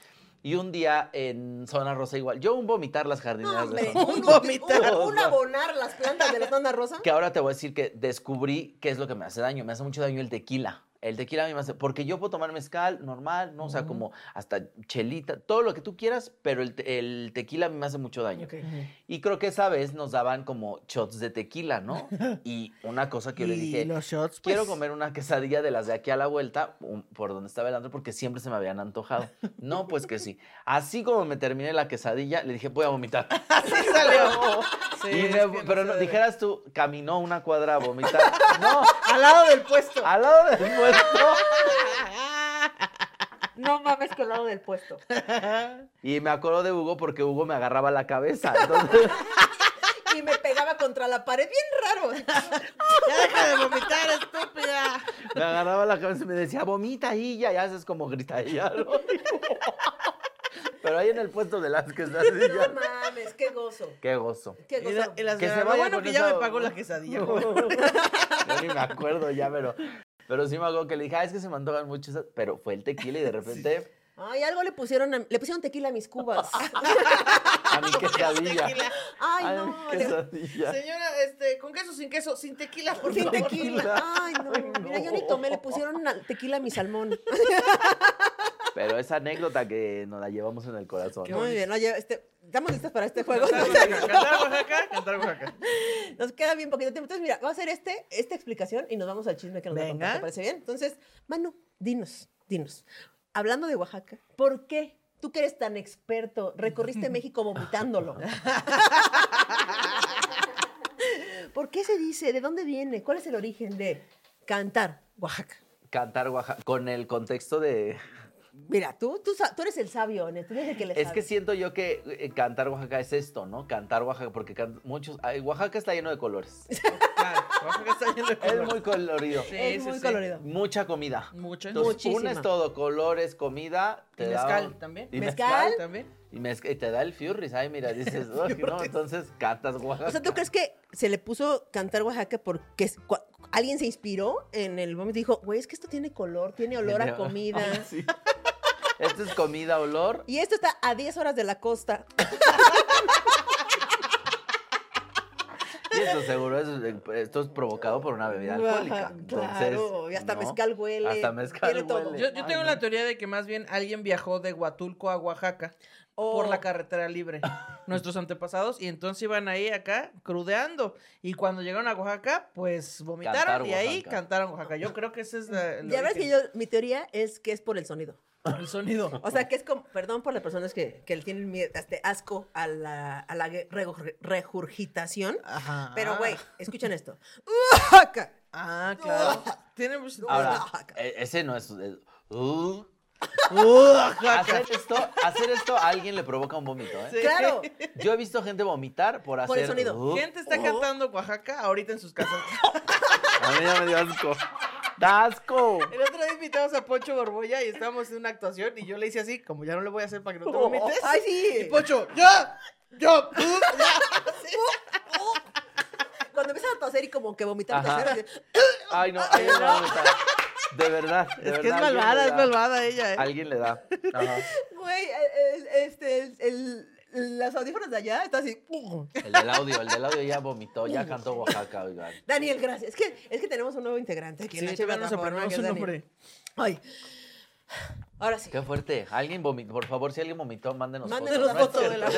[SPEAKER 3] Y un día en Zona Rosa igual, yo un vomitar las
[SPEAKER 2] No,
[SPEAKER 3] jardineras de
[SPEAKER 2] hombre,
[SPEAKER 3] Zona
[SPEAKER 2] un,
[SPEAKER 1] vomitar.
[SPEAKER 2] un- un abonar las plantas de la zona rosa.
[SPEAKER 3] que ahora te voy a decir que descubrí qué es lo que me hace daño. Me hace mucho daño el tequila. El tequila a mí me hace, porque yo puedo tomar mezcal normal, ¿no? O sea, como hasta chelita, todo lo que tú quieras, pero el, te- el tequila a mí me hace mucho daño.
[SPEAKER 2] Ok.
[SPEAKER 3] Y creo que esa vez nos daban como shots de tequila, ¿no? Y una cosa que yo le
[SPEAKER 1] Y
[SPEAKER 3] dije,
[SPEAKER 1] los shots, pues,
[SPEAKER 3] quiero comer una quesadilla de las de aquí a la vuelta, um, por donde estaba el antro, porque siempre se me habían antojado. No, pues que sí. Así como me terminé la quesadilla, le dije, voy a vomitar.
[SPEAKER 1] Así salió. Sí,
[SPEAKER 3] Y
[SPEAKER 1] es
[SPEAKER 3] me-
[SPEAKER 1] que no
[SPEAKER 3] pero
[SPEAKER 1] se
[SPEAKER 3] no-
[SPEAKER 1] debe.
[SPEAKER 3] dijeras tú, caminó una cuadra a vomitar. No,
[SPEAKER 1] Al lado del puesto.
[SPEAKER 3] al lado del puesto.
[SPEAKER 2] No mames que al lado del puesto.
[SPEAKER 3] Y me acuerdo de Hugo porque Hugo me agarraba la cabeza. Entonces,
[SPEAKER 2] Y me pegaba contra la pared, bien raro.
[SPEAKER 1] Ya deja de vomitar, estúpida.
[SPEAKER 3] me agarraba la cabeza y me decía, vomita ahí, ya, ya haces como gritaría. ¿no? Pero ahí en el puesto de las quesadillas.
[SPEAKER 2] No mames, qué gozo.
[SPEAKER 3] Qué gozo.
[SPEAKER 2] Qué
[SPEAKER 1] Y
[SPEAKER 2] gozo.
[SPEAKER 1] la- y las
[SPEAKER 3] Que
[SPEAKER 1] de-
[SPEAKER 3] se
[SPEAKER 1] lo
[SPEAKER 3] vaya
[SPEAKER 1] bueno
[SPEAKER 3] con
[SPEAKER 1] que ya
[SPEAKER 3] esa-
[SPEAKER 1] me pagó la quesadilla. güey.
[SPEAKER 3] Yo ni me acuerdo ya, pero, pero sí me acuerdo que le dije, ah, es que se me antojan mucho esas", Pero fue el tequila y de repente
[SPEAKER 2] Ay, algo le pusieron, a- le pusieron tequila a mis cubas.
[SPEAKER 3] a mi quesadilla.
[SPEAKER 1] Tequila.
[SPEAKER 2] Ay,
[SPEAKER 3] a mi
[SPEAKER 2] no. le-
[SPEAKER 3] quesadilla.
[SPEAKER 1] Señora, este, con queso, sin queso, sin tequila, por
[SPEAKER 2] Sin
[SPEAKER 1] favor.
[SPEAKER 2] tequila. Ay, no.
[SPEAKER 3] Ay, no.
[SPEAKER 2] Mira, yo ni tomé, le pusieron una- tequila a mi salmón.
[SPEAKER 3] Pero esa anécdota que nos la llevamos en el corazón.
[SPEAKER 1] Qué
[SPEAKER 2] Muy
[SPEAKER 1] bonito.
[SPEAKER 2] bien, oye, este, estamos listas para este juego.
[SPEAKER 1] Cantar Oaxaca, cantar Oaxaca.
[SPEAKER 2] Nos queda bien poquito tiempo. Entonces, mira, vamos a hacer este, esta explicación y nos vamos al chisme que nos va a contar,
[SPEAKER 1] Venga.
[SPEAKER 2] ¿Te parece bien? Entonces, Manu, dinos, dinos. Hablando de Oaxaca, ¿por qué tú que eres tan experto recorriste México vomitándolo? ¿Por qué se dice? ¿De dónde viene? ¿Cuál es el origen de cantar Oaxaca?
[SPEAKER 3] Cantar Oaxaca, con el contexto de...
[SPEAKER 2] Mira, tú, tú, sa- tú eres el sabio, ¿no? tú eres el que le
[SPEAKER 3] Es
[SPEAKER 2] sabe.
[SPEAKER 3] que siento yo que eh, cantar Oaxaca es esto, ¿no? Cantar Oaxaca, porque can- muchos... ay, Oaxaca está lleno de colores.
[SPEAKER 1] Claro, Oaxaca está lleno de
[SPEAKER 3] Es
[SPEAKER 1] color.
[SPEAKER 3] muy colorido.
[SPEAKER 1] Sí,
[SPEAKER 2] es
[SPEAKER 1] sí,
[SPEAKER 2] muy
[SPEAKER 1] sí.
[SPEAKER 2] colorido.
[SPEAKER 3] Mucha comida.
[SPEAKER 1] Mucho.
[SPEAKER 3] Entonces,
[SPEAKER 2] Muchísima.
[SPEAKER 3] unes todo, colores, comida,
[SPEAKER 1] Y
[SPEAKER 3] te da-
[SPEAKER 1] mezcal también.
[SPEAKER 3] Y
[SPEAKER 2] Mezcal.
[SPEAKER 1] también.
[SPEAKER 3] Y me, y te da el Furries, ay, mira, dices, "Ay, no, entonces cantas Oaxaca.
[SPEAKER 2] O sea, ¿tú crees que se le puso cantar Oaxaca porque es- cua- alguien se inspiró en el momento y dijo, güey, es que esto tiene color, tiene olor a
[SPEAKER 3] Tiene-
[SPEAKER 2] comida?
[SPEAKER 3] Sí. Esto es comida, olor.
[SPEAKER 2] Y esto está a 10 horas de la costa.
[SPEAKER 3] Y esto seguro es, esto es provocado por una bebida alcohólica.
[SPEAKER 2] claro,
[SPEAKER 3] Entonces,
[SPEAKER 2] y hasta
[SPEAKER 3] no.
[SPEAKER 2] mezcal huele.
[SPEAKER 3] Hasta mezcal
[SPEAKER 2] tiene todo.
[SPEAKER 3] huele.
[SPEAKER 1] Yo, yo tengo la teoría de que más bien alguien viajó de Huatulco a Oaxaca por
[SPEAKER 2] Oh.
[SPEAKER 1] la carretera libre, nuestros antepasados, y entonces iban ahí acá crudeando. Y cuando llegaron a Oaxaca, pues vomitaron
[SPEAKER 3] Cantaron
[SPEAKER 1] y ahí
[SPEAKER 3] Oaxaca.
[SPEAKER 1] cantaron Oaxaca. Yo creo que ese es la, el
[SPEAKER 2] Ya ves que
[SPEAKER 1] origen,
[SPEAKER 2] yo, mi teoría es que es por el sonido.
[SPEAKER 1] el sonido.
[SPEAKER 2] O sea, que es como, perdón por las personas que, que le tienen miedo, este, asco a la, a la re- re- regurgitación.
[SPEAKER 1] Ajá.
[SPEAKER 3] Ah.
[SPEAKER 2] Pero, güey, escuchen esto. Oaxaca.
[SPEAKER 1] Ah, claro. Tiene mucho sentido.
[SPEAKER 3] Ahora,
[SPEAKER 2] Oaxaca.
[SPEAKER 3] e- ese no es. es- uh.
[SPEAKER 1] Oaxaca.
[SPEAKER 3] hacer, esto, hacer esto a alguien le provoca un vómito, ¿eh?
[SPEAKER 1] Sí.
[SPEAKER 2] Claro.
[SPEAKER 3] Yo he visto gente vomitar por hacer.
[SPEAKER 2] Por el sonido.
[SPEAKER 3] uh.
[SPEAKER 1] Gente
[SPEAKER 2] Oh.
[SPEAKER 1] está cantando Oaxaca ahorita en sus casas.
[SPEAKER 3] A mí ya me dio asco. ¡Da asco!
[SPEAKER 1] El otro día invitamos a Poncho Borbolla y estábamos en una actuación y yo le hice así, como ya no le voy a hacer para que no te vomites.
[SPEAKER 2] Oh. Ay, sí.
[SPEAKER 1] Y Poncho, ¡ya! ¡Yo!
[SPEAKER 2] Cuando empiezas a toser y como que vomitar,
[SPEAKER 3] Ajá.
[SPEAKER 2] toser, así,
[SPEAKER 3] Ay, no, alguien le va a vomitar. De verdad. de
[SPEAKER 1] Es que es
[SPEAKER 3] verdad, alguien le
[SPEAKER 1] malvada, es
[SPEAKER 3] da.
[SPEAKER 1] malvada ella, ¿eh?
[SPEAKER 3] Alguien le da. Ajá.
[SPEAKER 2] güey, el- el- este, el, el- las audífonos de allá, está así. ¡pum!
[SPEAKER 3] El del audio, el del audio ya vomitó, ya cantó Oaxaca, oigan.
[SPEAKER 2] Daniel, gracias. Es que, es que tenemos un nuevo integrante aquí en
[SPEAKER 1] Sí,
[SPEAKER 2] la
[SPEAKER 1] todavía no nos
[SPEAKER 2] plataforma,
[SPEAKER 1] aprendemos
[SPEAKER 2] que es
[SPEAKER 1] su
[SPEAKER 2] Daniel.
[SPEAKER 1] nombre.
[SPEAKER 2] Ay. Ahora sí.
[SPEAKER 3] Qué fuerte. Alguien vomitó. Por favor, si alguien vomitó, mándenos,
[SPEAKER 2] Mándenos
[SPEAKER 3] fotos.
[SPEAKER 1] foto de la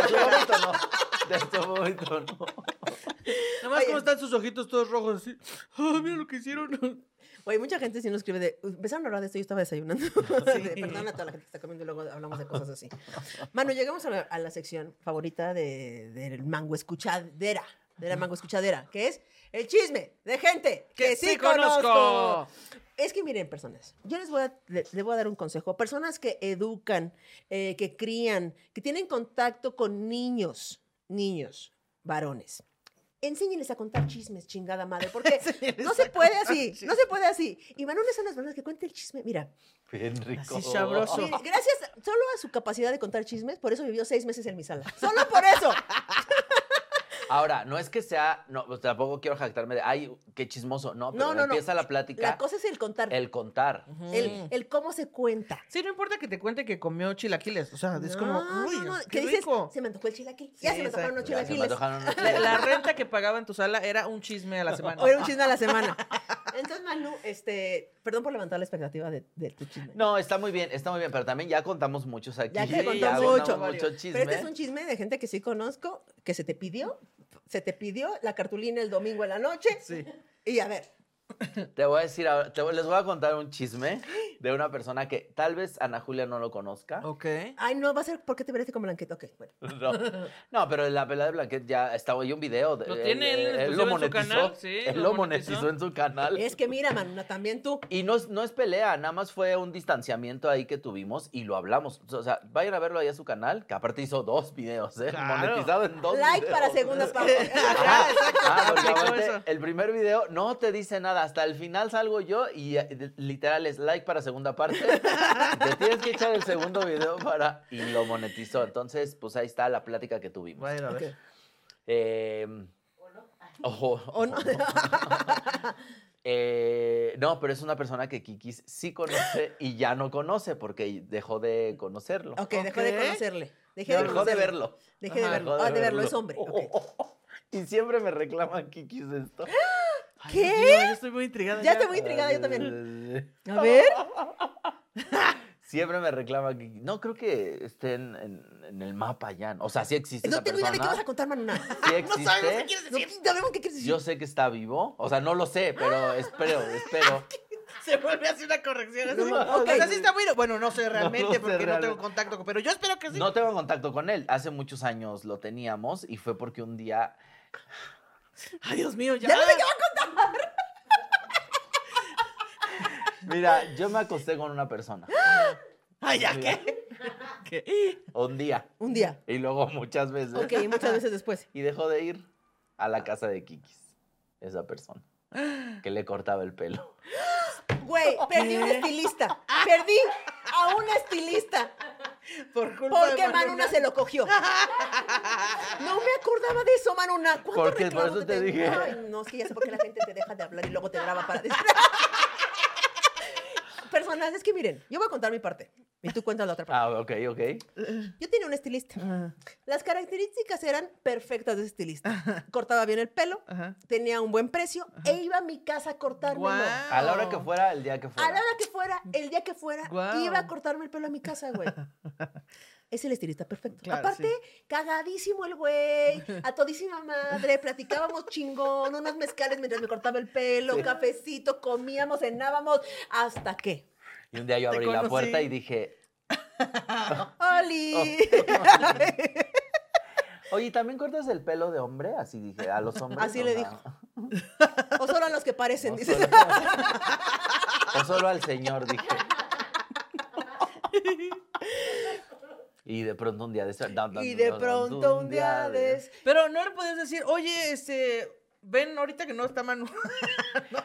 [SPEAKER 3] su vómito no. De su vómito no.
[SPEAKER 1] Nada más
[SPEAKER 2] Oye.
[SPEAKER 1] como están sus ojitos todos rojos así. Ah, mira lo que hicieron!
[SPEAKER 2] Oye, mucha gente sí nos escribe de. Empezaron a hablar de esto, yo estaba desayunando. De, Perdón a toda la gente que está comiendo y luego hablamos de cosas así. Manu, llegamos a la, a la sección favorita de, del mango escuchadera. De la mango escuchadera, que es el chisme de gente que,
[SPEAKER 1] ¡Que
[SPEAKER 2] sí
[SPEAKER 1] sí conozco!
[SPEAKER 2] conozco. Es que miren, personas, yo les voy a, le- le voy a dar un consejo. Personas que educan, eh, que crían, que tienen contacto con niños, niños, varones. Enséñenles a contar chismes, chingada madre, porque
[SPEAKER 1] Enséñenles
[SPEAKER 2] no
[SPEAKER 1] a
[SPEAKER 2] se puede
[SPEAKER 1] contar
[SPEAKER 2] así, no se puede así. Y varones son las personas que cuentan el chisme, mira,
[SPEAKER 3] Bien rico.
[SPEAKER 1] Así sabroso.
[SPEAKER 2] mire, gracias solo a su capacidad de contar chismes, por eso vivió seis meses en mi sala. Solo por eso.
[SPEAKER 3] Ahora, no es que sea, no, pues, tampoco quiero jactarme de, ay, qué chismoso, no, pero
[SPEAKER 2] No, no, no.
[SPEAKER 3] empieza la plática,
[SPEAKER 2] La cosa es el contar, el,
[SPEAKER 3] el contar.
[SPEAKER 1] Mm.
[SPEAKER 2] el, cómo se cuenta.
[SPEAKER 1] Sí, no importa que te cuente que comió chilaquiles. O sea, es
[SPEAKER 2] No,
[SPEAKER 1] como,
[SPEAKER 2] no,
[SPEAKER 1] uy,
[SPEAKER 2] no,
[SPEAKER 1] qué
[SPEAKER 2] que dices,
[SPEAKER 1] rico.
[SPEAKER 2] se me antojó el chilaquil.
[SPEAKER 1] Sí,
[SPEAKER 2] Ya se me antojaron
[SPEAKER 1] exacto.
[SPEAKER 2] los
[SPEAKER 3] Ya se me
[SPEAKER 2] chilaquiles.
[SPEAKER 3] antojaron unos
[SPEAKER 1] La, la renta que pagaba en tu sala era un chisme a la semana.
[SPEAKER 2] O era un chisme a la semana. Entonces, Manu, este, perdón por levantar la expectativa de, de tu chisme.
[SPEAKER 3] No, está muy bien, está muy bien, pero también ya contamos muchos aquí.
[SPEAKER 2] Ya
[SPEAKER 1] Sí,
[SPEAKER 2] te contó
[SPEAKER 1] ya
[SPEAKER 2] mucho.
[SPEAKER 1] contamos
[SPEAKER 3] mucho chisme.
[SPEAKER 2] Pero este es un chisme de gente que sí conozco, que se te pidió, se te pidió la cartulina el domingo en la noche.
[SPEAKER 1] Sí.
[SPEAKER 2] Y a ver,
[SPEAKER 3] Te voy a decir, ahora- te voy- les voy a contar un chisme de una persona que tal vez Ana Julia no lo conozca.
[SPEAKER 1] Ok.
[SPEAKER 2] ay, no, va a ser, ¿por qué te verás con blanqueta? Ok, bueno.
[SPEAKER 3] No, no, pero la pelada de Blanquet ya está hoy un video. de-
[SPEAKER 1] Lo tiene él en exclusiva en su canal, sí,
[SPEAKER 3] él
[SPEAKER 1] lo
[SPEAKER 3] lo
[SPEAKER 1] monetizó.
[SPEAKER 3] monetizó en su canal.
[SPEAKER 2] Es que mira, Manu, no, también tú.
[SPEAKER 3] Y no, es- no es pelea, nada más fue un distanciamiento ahí que tuvimos y lo hablamos. O sea, vayan a verlo ahí a su canal, que aparte hizo dos videos, ¿eh?
[SPEAKER 1] Claro.
[SPEAKER 3] Monetizado en dos
[SPEAKER 2] Like
[SPEAKER 3] videos.
[SPEAKER 2] para segundas partes.
[SPEAKER 1] Ajá, exacto.
[SPEAKER 3] Ah, porque
[SPEAKER 1] Aplicó
[SPEAKER 3] aparte,
[SPEAKER 1] eso.
[SPEAKER 3] el primer video no te dice nada. Hasta el final salgo yo y eh, literal es like para segunda parte. te tienes que echar el segundo video para. Y lo monetizó. Entonces, pues ahí está la plática que tuvimos.
[SPEAKER 1] Vayan a ver.
[SPEAKER 2] Ok.
[SPEAKER 3] Eh, ojo,
[SPEAKER 2] O no.
[SPEAKER 3] eh, no, pero es una persona que Kikis sí conoce y ya no conoce porque dejó de conocerlo.
[SPEAKER 2] Ok, dejó de
[SPEAKER 1] Ok.
[SPEAKER 2] conocerle. Dejé de,
[SPEAKER 3] Dejó de
[SPEAKER 2] conocerle.
[SPEAKER 3] verlo.
[SPEAKER 2] Dejé de
[SPEAKER 1] Ajá,
[SPEAKER 2] verlo.
[SPEAKER 3] Dejó
[SPEAKER 2] Ah, de verlo, es hombre.
[SPEAKER 3] Oh,
[SPEAKER 2] ok.
[SPEAKER 3] oh, oh. Y siempre me reclaman Kikis esto.
[SPEAKER 1] Ay,
[SPEAKER 2] ¿Qué?
[SPEAKER 1] Dios, yo estoy muy intrigada.
[SPEAKER 2] Ya te voy intrigada yo también.
[SPEAKER 1] A ver.
[SPEAKER 3] Siempre me reclaman Kikis. No creo que esté en, en- en el mapa ya. ¿no? O sea, sí existe
[SPEAKER 2] No
[SPEAKER 3] esa
[SPEAKER 2] tengo idea de qué
[SPEAKER 3] persona.
[SPEAKER 2] vas a contar, Manu. No,
[SPEAKER 3] Sí existe.
[SPEAKER 2] sabemos qué quieres decir. No sabemos qué quieres decir.
[SPEAKER 3] Yo sé que está vivo. O sea, no lo sé, pero espero, espero.
[SPEAKER 1] Se vuelve así una corrección. Así.
[SPEAKER 2] No, ok.
[SPEAKER 1] O sea, sí está muy... Bueno, no sé realmente
[SPEAKER 3] No sé
[SPEAKER 1] porque no
[SPEAKER 3] realmente.
[SPEAKER 1] tengo contacto, con- pero yo espero que sí.
[SPEAKER 3] No tengo contacto con él. Hace muchos años lo teníamos y fue porque un día.
[SPEAKER 1] Ay, Dios mío, ya.
[SPEAKER 2] Ya no sé qué
[SPEAKER 3] Mira, yo me acosté con una persona.
[SPEAKER 1] Ay, ya, ¿qué? ¿Qué?
[SPEAKER 3] Un día.
[SPEAKER 2] Un día.
[SPEAKER 3] Y luego muchas veces.
[SPEAKER 2] Ok, muchas veces después.
[SPEAKER 3] Y dejó de ir a la casa de Kikis. Esa persona. Que le cortaba el pelo.
[SPEAKER 2] Güey, perdí un estilista. Perdí a un estilista.
[SPEAKER 1] Por culpa
[SPEAKER 2] Porque
[SPEAKER 1] de Manuel.
[SPEAKER 2] Manuna se lo cogió. No me acordaba de eso, Manuna. ¿Cuánto
[SPEAKER 3] Porque por
[SPEAKER 2] reclamo
[SPEAKER 3] eso te
[SPEAKER 2] tengo?
[SPEAKER 3] dije.
[SPEAKER 2] Ay, no, es que ya sé por qué la gente te deja de hablar y luego te graba para decir. Personas, es que miren, yo voy a contar mi parte. Y tú cuentas la otra parte.
[SPEAKER 3] Ah, ok, ok.
[SPEAKER 2] Yo tenía un estilista.
[SPEAKER 1] Ajá.
[SPEAKER 2] Las características eran perfectas de estilista. Cortaba bien el pelo,
[SPEAKER 1] Ajá.
[SPEAKER 2] tenía un buen precio e iba a mi casa a cortármelo.
[SPEAKER 1] Guau.
[SPEAKER 3] A la hora que fuera, el día que
[SPEAKER 2] A
[SPEAKER 3] fuera.
[SPEAKER 2] la hora que fuera, el día que fuera,
[SPEAKER 1] Guau.
[SPEAKER 2] iba a cortarme el pelo a mi casa, güey. Es el estilista perfecto.
[SPEAKER 1] Claro,
[SPEAKER 2] Aparte, cagadísimo el güey, a todísima madre, platicábamos chingón, unos mezcales mientras me cortaba el pelo, cafecito, comíamos, cenábamos, hasta que.
[SPEAKER 3] Y un día yo
[SPEAKER 1] Te
[SPEAKER 3] abrí la
[SPEAKER 1] conocí.
[SPEAKER 3] puerta y dije,
[SPEAKER 2] ¡Oli!
[SPEAKER 3] Oh, oye, ¿también cortas el pelo de hombre? Así dije, a los hombres.
[SPEAKER 2] Así
[SPEAKER 3] o
[SPEAKER 2] le
[SPEAKER 3] sea,
[SPEAKER 2] dijo. O solo a los que parecen,
[SPEAKER 3] o
[SPEAKER 2] dices.
[SPEAKER 3] oh. solo- o solo al señor, dije. Y de pronto un día de...
[SPEAKER 2] Y de pronto un día de...
[SPEAKER 1] Pero no le podías decir, oye, este... Ven, ahorita que no está Manu.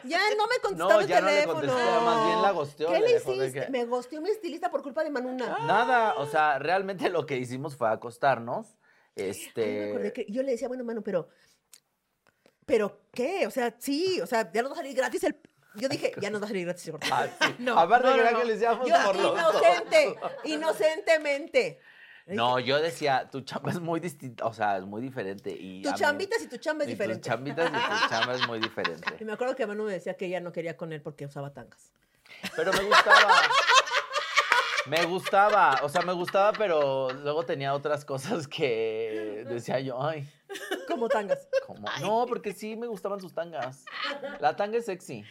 [SPEAKER 2] Ya no me contestaba
[SPEAKER 3] No,
[SPEAKER 2] el
[SPEAKER 3] ya no le
[SPEAKER 2] teléfono.
[SPEAKER 3] contestaba, más bien la gosteó,
[SPEAKER 2] ¿Qué
[SPEAKER 3] le
[SPEAKER 2] le
[SPEAKER 3] dejó de
[SPEAKER 2] hiciste?
[SPEAKER 3] que-
[SPEAKER 2] Me gosteó mi estilista por culpa de Manuna.
[SPEAKER 3] Nada, o sea, realmente lo que hicimos fue acostarnos.
[SPEAKER 2] Ay, me acordé
[SPEAKER 3] Este.
[SPEAKER 2] que yo le decía, bueno, mano, pero. ¿Pero qué? O sea, sí, o sea, ya nos va a salir gratis el. Yo dije, ya nos va a salir gratis el corte.
[SPEAKER 3] Ah, sí.
[SPEAKER 1] No,
[SPEAKER 3] Aparte
[SPEAKER 1] no,
[SPEAKER 3] que
[SPEAKER 1] no,
[SPEAKER 3] era
[SPEAKER 1] no.
[SPEAKER 3] que le decíamos
[SPEAKER 2] Yo,
[SPEAKER 3] por los dos.
[SPEAKER 2] inocente, inocentemente.
[SPEAKER 3] No, yo decía, tu chamba es muy distinta, o sea, es muy diferente. Y
[SPEAKER 2] Tu
[SPEAKER 3] a mí-
[SPEAKER 2] chambita si tu chamba es
[SPEAKER 3] y
[SPEAKER 2] diferente.
[SPEAKER 3] Tus chambitas y tu chamba es muy
[SPEAKER 2] Y
[SPEAKER 3] diferente.
[SPEAKER 2] me acuerdo que Manu me decía que ella no quería con él porque usaba tangas.
[SPEAKER 3] Pero me gustaba. Me gustaba, o sea, me gustaba, pero luego tenía otras cosas que decía yo, ay,
[SPEAKER 2] Como tangas.
[SPEAKER 3] como, no, porque sí me gustaban sus tangas. La tanga es sexy.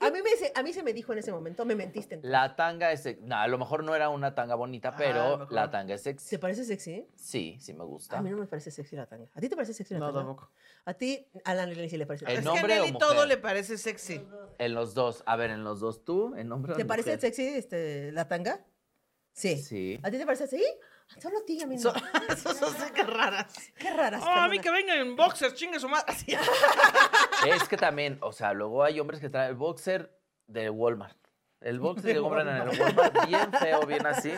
[SPEAKER 2] A mí, me, dice- a mí se me dijo en ese momento, me mentiste.
[SPEAKER 3] La tanga es sexy. a lo mejor no era una tanga bonita,
[SPEAKER 1] Ah, a lo
[SPEAKER 3] pero
[SPEAKER 1] mejor.
[SPEAKER 3] la tanga es sexy.
[SPEAKER 2] ¿Se parece sexy?
[SPEAKER 3] Sí, sí me gusta.
[SPEAKER 2] A mí no me parece sexy la tanga. ¿A ti te parece sexy la
[SPEAKER 1] No,
[SPEAKER 2] tanga?
[SPEAKER 1] tampoco.
[SPEAKER 2] A ti, a la Nelly sí le parece.
[SPEAKER 3] ¿En
[SPEAKER 1] es que a
[SPEAKER 3] hombre o
[SPEAKER 1] Nelly
[SPEAKER 3] mujer?
[SPEAKER 1] todo le parece sexy.
[SPEAKER 3] En los dos. A ver, en los dos tú, en nombre de
[SPEAKER 2] ¿Te parece
[SPEAKER 3] mujer?
[SPEAKER 2] sexy este, la tanga? Sí.
[SPEAKER 3] Sí.
[SPEAKER 2] ¿A ti te parece así? Solo a ti, a mí no.
[SPEAKER 1] Son- Esas son secas raras.
[SPEAKER 2] Qué raras.
[SPEAKER 1] Oh, a mí
[SPEAKER 2] personas.
[SPEAKER 1] que vengan en boxers, chingue su madre. Así.
[SPEAKER 3] Es que también, o sea, luego hay hombres que traen el boxer de Walmart. El boxer que compran en el Walmart, bien feo, bien así.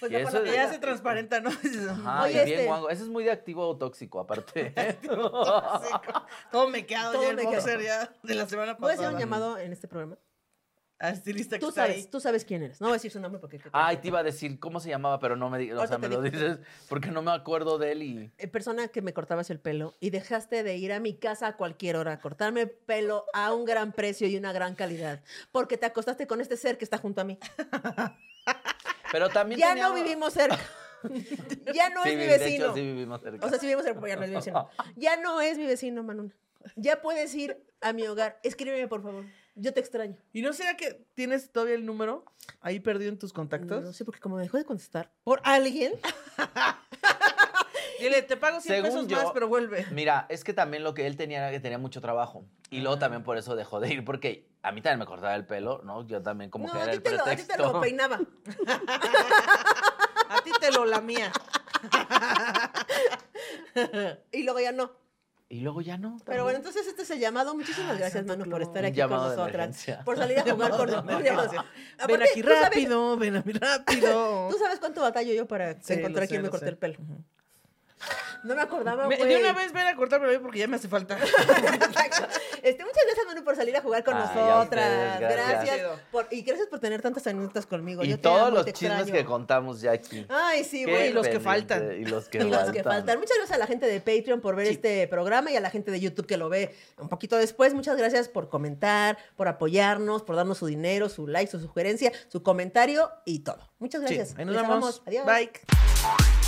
[SPEAKER 2] Pues
[SPEAKER 3] Y
[SPEAKER 2] va con
[SPEAKER 3] eso
[SPEAKER 2] la
[SPEAKER 3] es-
[SPEAKER 1] Ella
[SPEAKER 2] pena.
[SPEAKER 1] se transparenta, ¿no?
[SPEAKER 3] Ajá, y
[SPEAKER 2] Oye,
[SPEAKER 3] bien
[SPEAKER 2] este-
[SPEAKER 3] guango. Eso es muy de activo o tóxico, aparte.
[SPEAKER 1] pues, Todo me queda
[SPEAKER 2] Todo
[SPEAKER 1] ya el
[SPEAKER 2] mequeado.
[SPEAKER 1] boxer ya de la semana
[SPEAKER 2] Voy a hacer un
[SPEAKER 1] pasada.
[SPEAKER 2] llamado en este programa.
[SPEAKER 1] Al estilista que
[SPEAKER 2] Tú
[SPEAKER 1] está
[SPEAKER 2] sabes,
[SPEAKER 1] ahí.
[SPEAKER 2] tú sabes quién eres. No voy a decir su nombre porque...
[SPEAKER 3] Ay, te iba a decir cómo se llamaba, pero no me digas, o
[SPEAKER 2] Ahorita
[SPEAKER 3] sea, me
[SPEAKER 2] te
[SPEAKER 3] lo
[SPEAKER 2] digo.
[SPEAKER 3] dices porque no me acuerdo de él y...
[SPEAKER 2] Eh, persona que me cortabas el pelo y dejaste de ir a mi casa a cualquier hora a cortarme el pelo a un gran precio y una gran calidad porque te acostaste con este ser que está junto a mí.
[SPEAKER 3] Pero también
[SPEAKER 2] Ya
[SPEAKER 3] tenía-
[SPEAKER 2] no vivimos cerca. ya no
[SPEAKER 3] Sí,
[SPEAKER 2] es mi
[SPEAKER 3] vi- De
[SPEAKER 2] vecino.
[SPEAKER 3] hecho, sí vivimos cerca.
[SPEAKER 2] O sea, sí vivimos cerca, pero ya no es mi vecino. Ya no es mi vecino, Manuna. Ya puedes ir a mi hogar. Escríbeme, por favor. Yo te extraño.
[SPEAKER 1] ¿Y no será que tienes todavía el número ahí perdido en tus
[SPEAKER 2] No,
[SPEAKER 1] contactos?
[SPEAKER 2] sí, porque como me dejó de contestar por alguien,
[SPEAKER 1] Dile, te pago 100
[SPEAKER 3] Según
[SPEAKER 1] pesos
[SPEAKER 3] yo-
[SPEAKER 1] más, pero vuelve.
[SPEAKER 3] Mira, es que también lo que él tenía era que tenía mucho trabajo. Y luego también
[SPEAKER 2] Ah.
[SPEAKER 3] por eso dejó de ir, porque a mí también me cortaba el pelo, ¿no? Yo también como
[SPEAKER 2] no,
[SPEAKER 3] que
[SPEAKER 2] a
[SPEAKER 3] era
[SPEAKER 2] ti,
[SPEAKER 3] el
[SPEAKER 2] te lo, a ti te
[SPEAKER 3] pretexto.
[SPEAKER 2] lo peinaba.
[SPEAKER 1] A ti te lo la mía.
[SPEAKER 2] Y luego ya no.
[SPEAKER 3] Y luego ya no.
[SPEAKER 2] Pero bueno, entonces este es el llamado. Muchísimas gracias, Manu, por estar
[SPEAKER 3] Ah, Un
[SPEAKER 2] aquí con
[SPEAKER 3] llamado de
[SPEAKER 2] nosotras.
[SPEAKER 3] emergencia.
[SPEAKER 2] Por salir a jugar con
[SPEAKER 1] Llamado
[SPEAKER 2] nosotros.
[SPEAKER 1] de emergencia. Ven aquí rápido, ven a mí rápido.
[SPEAKER 2] Tú sabes cuánto batallo yo para
[SPEAKER 1] Sí, lo
[SPEAKER 2] encontrar a
[SPEAKER 1] sé,
[SPEAKER 2] quién me
[SPEAKER 1] lo
[SPEAKER 2] corté
[SPEAKER 1] sé.
[SPEAKER 2] el pelo. No me acordaba,
[SPEAKER 1] Me-
[SPEAKER 2] güey.
[SPEAKER 1] de una vez ven a cortarme la porque ya me hace falta.
[SPEAKER 2] Exacto. este, muchas gracias, Manu, por salir a jugar con
[SPEAKER 3] Ay, a
[SPEAKER 2] nosotras.
[SPEAKER 3] ustedes, gracias.
[SPEAKER 2] Gracias. por- y gracias por tener tantas anécdotas conmigo.
[SPEAKER 3] y
[SPEAKER 2] Yo te
[SPEAKER 3] todos
[SPEAKER 2] amo y
[SPEAKER 3] los
[SPEAKER 2] te
[SPEAKER 3] chismes
[SPEAKER 2] extraño.
[SPEAKER 3] que contamos ya aquí.
[SPEAKER 2] Ay, sí,
[SPEAKER 3] Qué
[SPEAKER 2] güey.
[SPEAKER 1] y los que
[SPEAKER 3] pendiente,
[SPEAKER 1] faltan.
[SPEAKER 3] Y los que
[SPEAKER 2] Y los
[SPEAKER 3] faltan.
[SPEAKER 2] que faltan. Muchas gracias a la gente de Patreon por ver este programa y a la gente de YouTube que lo ve un poquito después. Muchas gracias por comentar, por apoyarnos, por darnos su dinero, su like, su sugerencia, su comentario y todo. Muchas gracias.
[SPEAKER 1] Sí, ahí nos
[SPEAKER 2] Les
[SPEAKER 1] vemos.
[SPEAKER 2] amamos. Adiós.
[SPEAKER 1] Bye.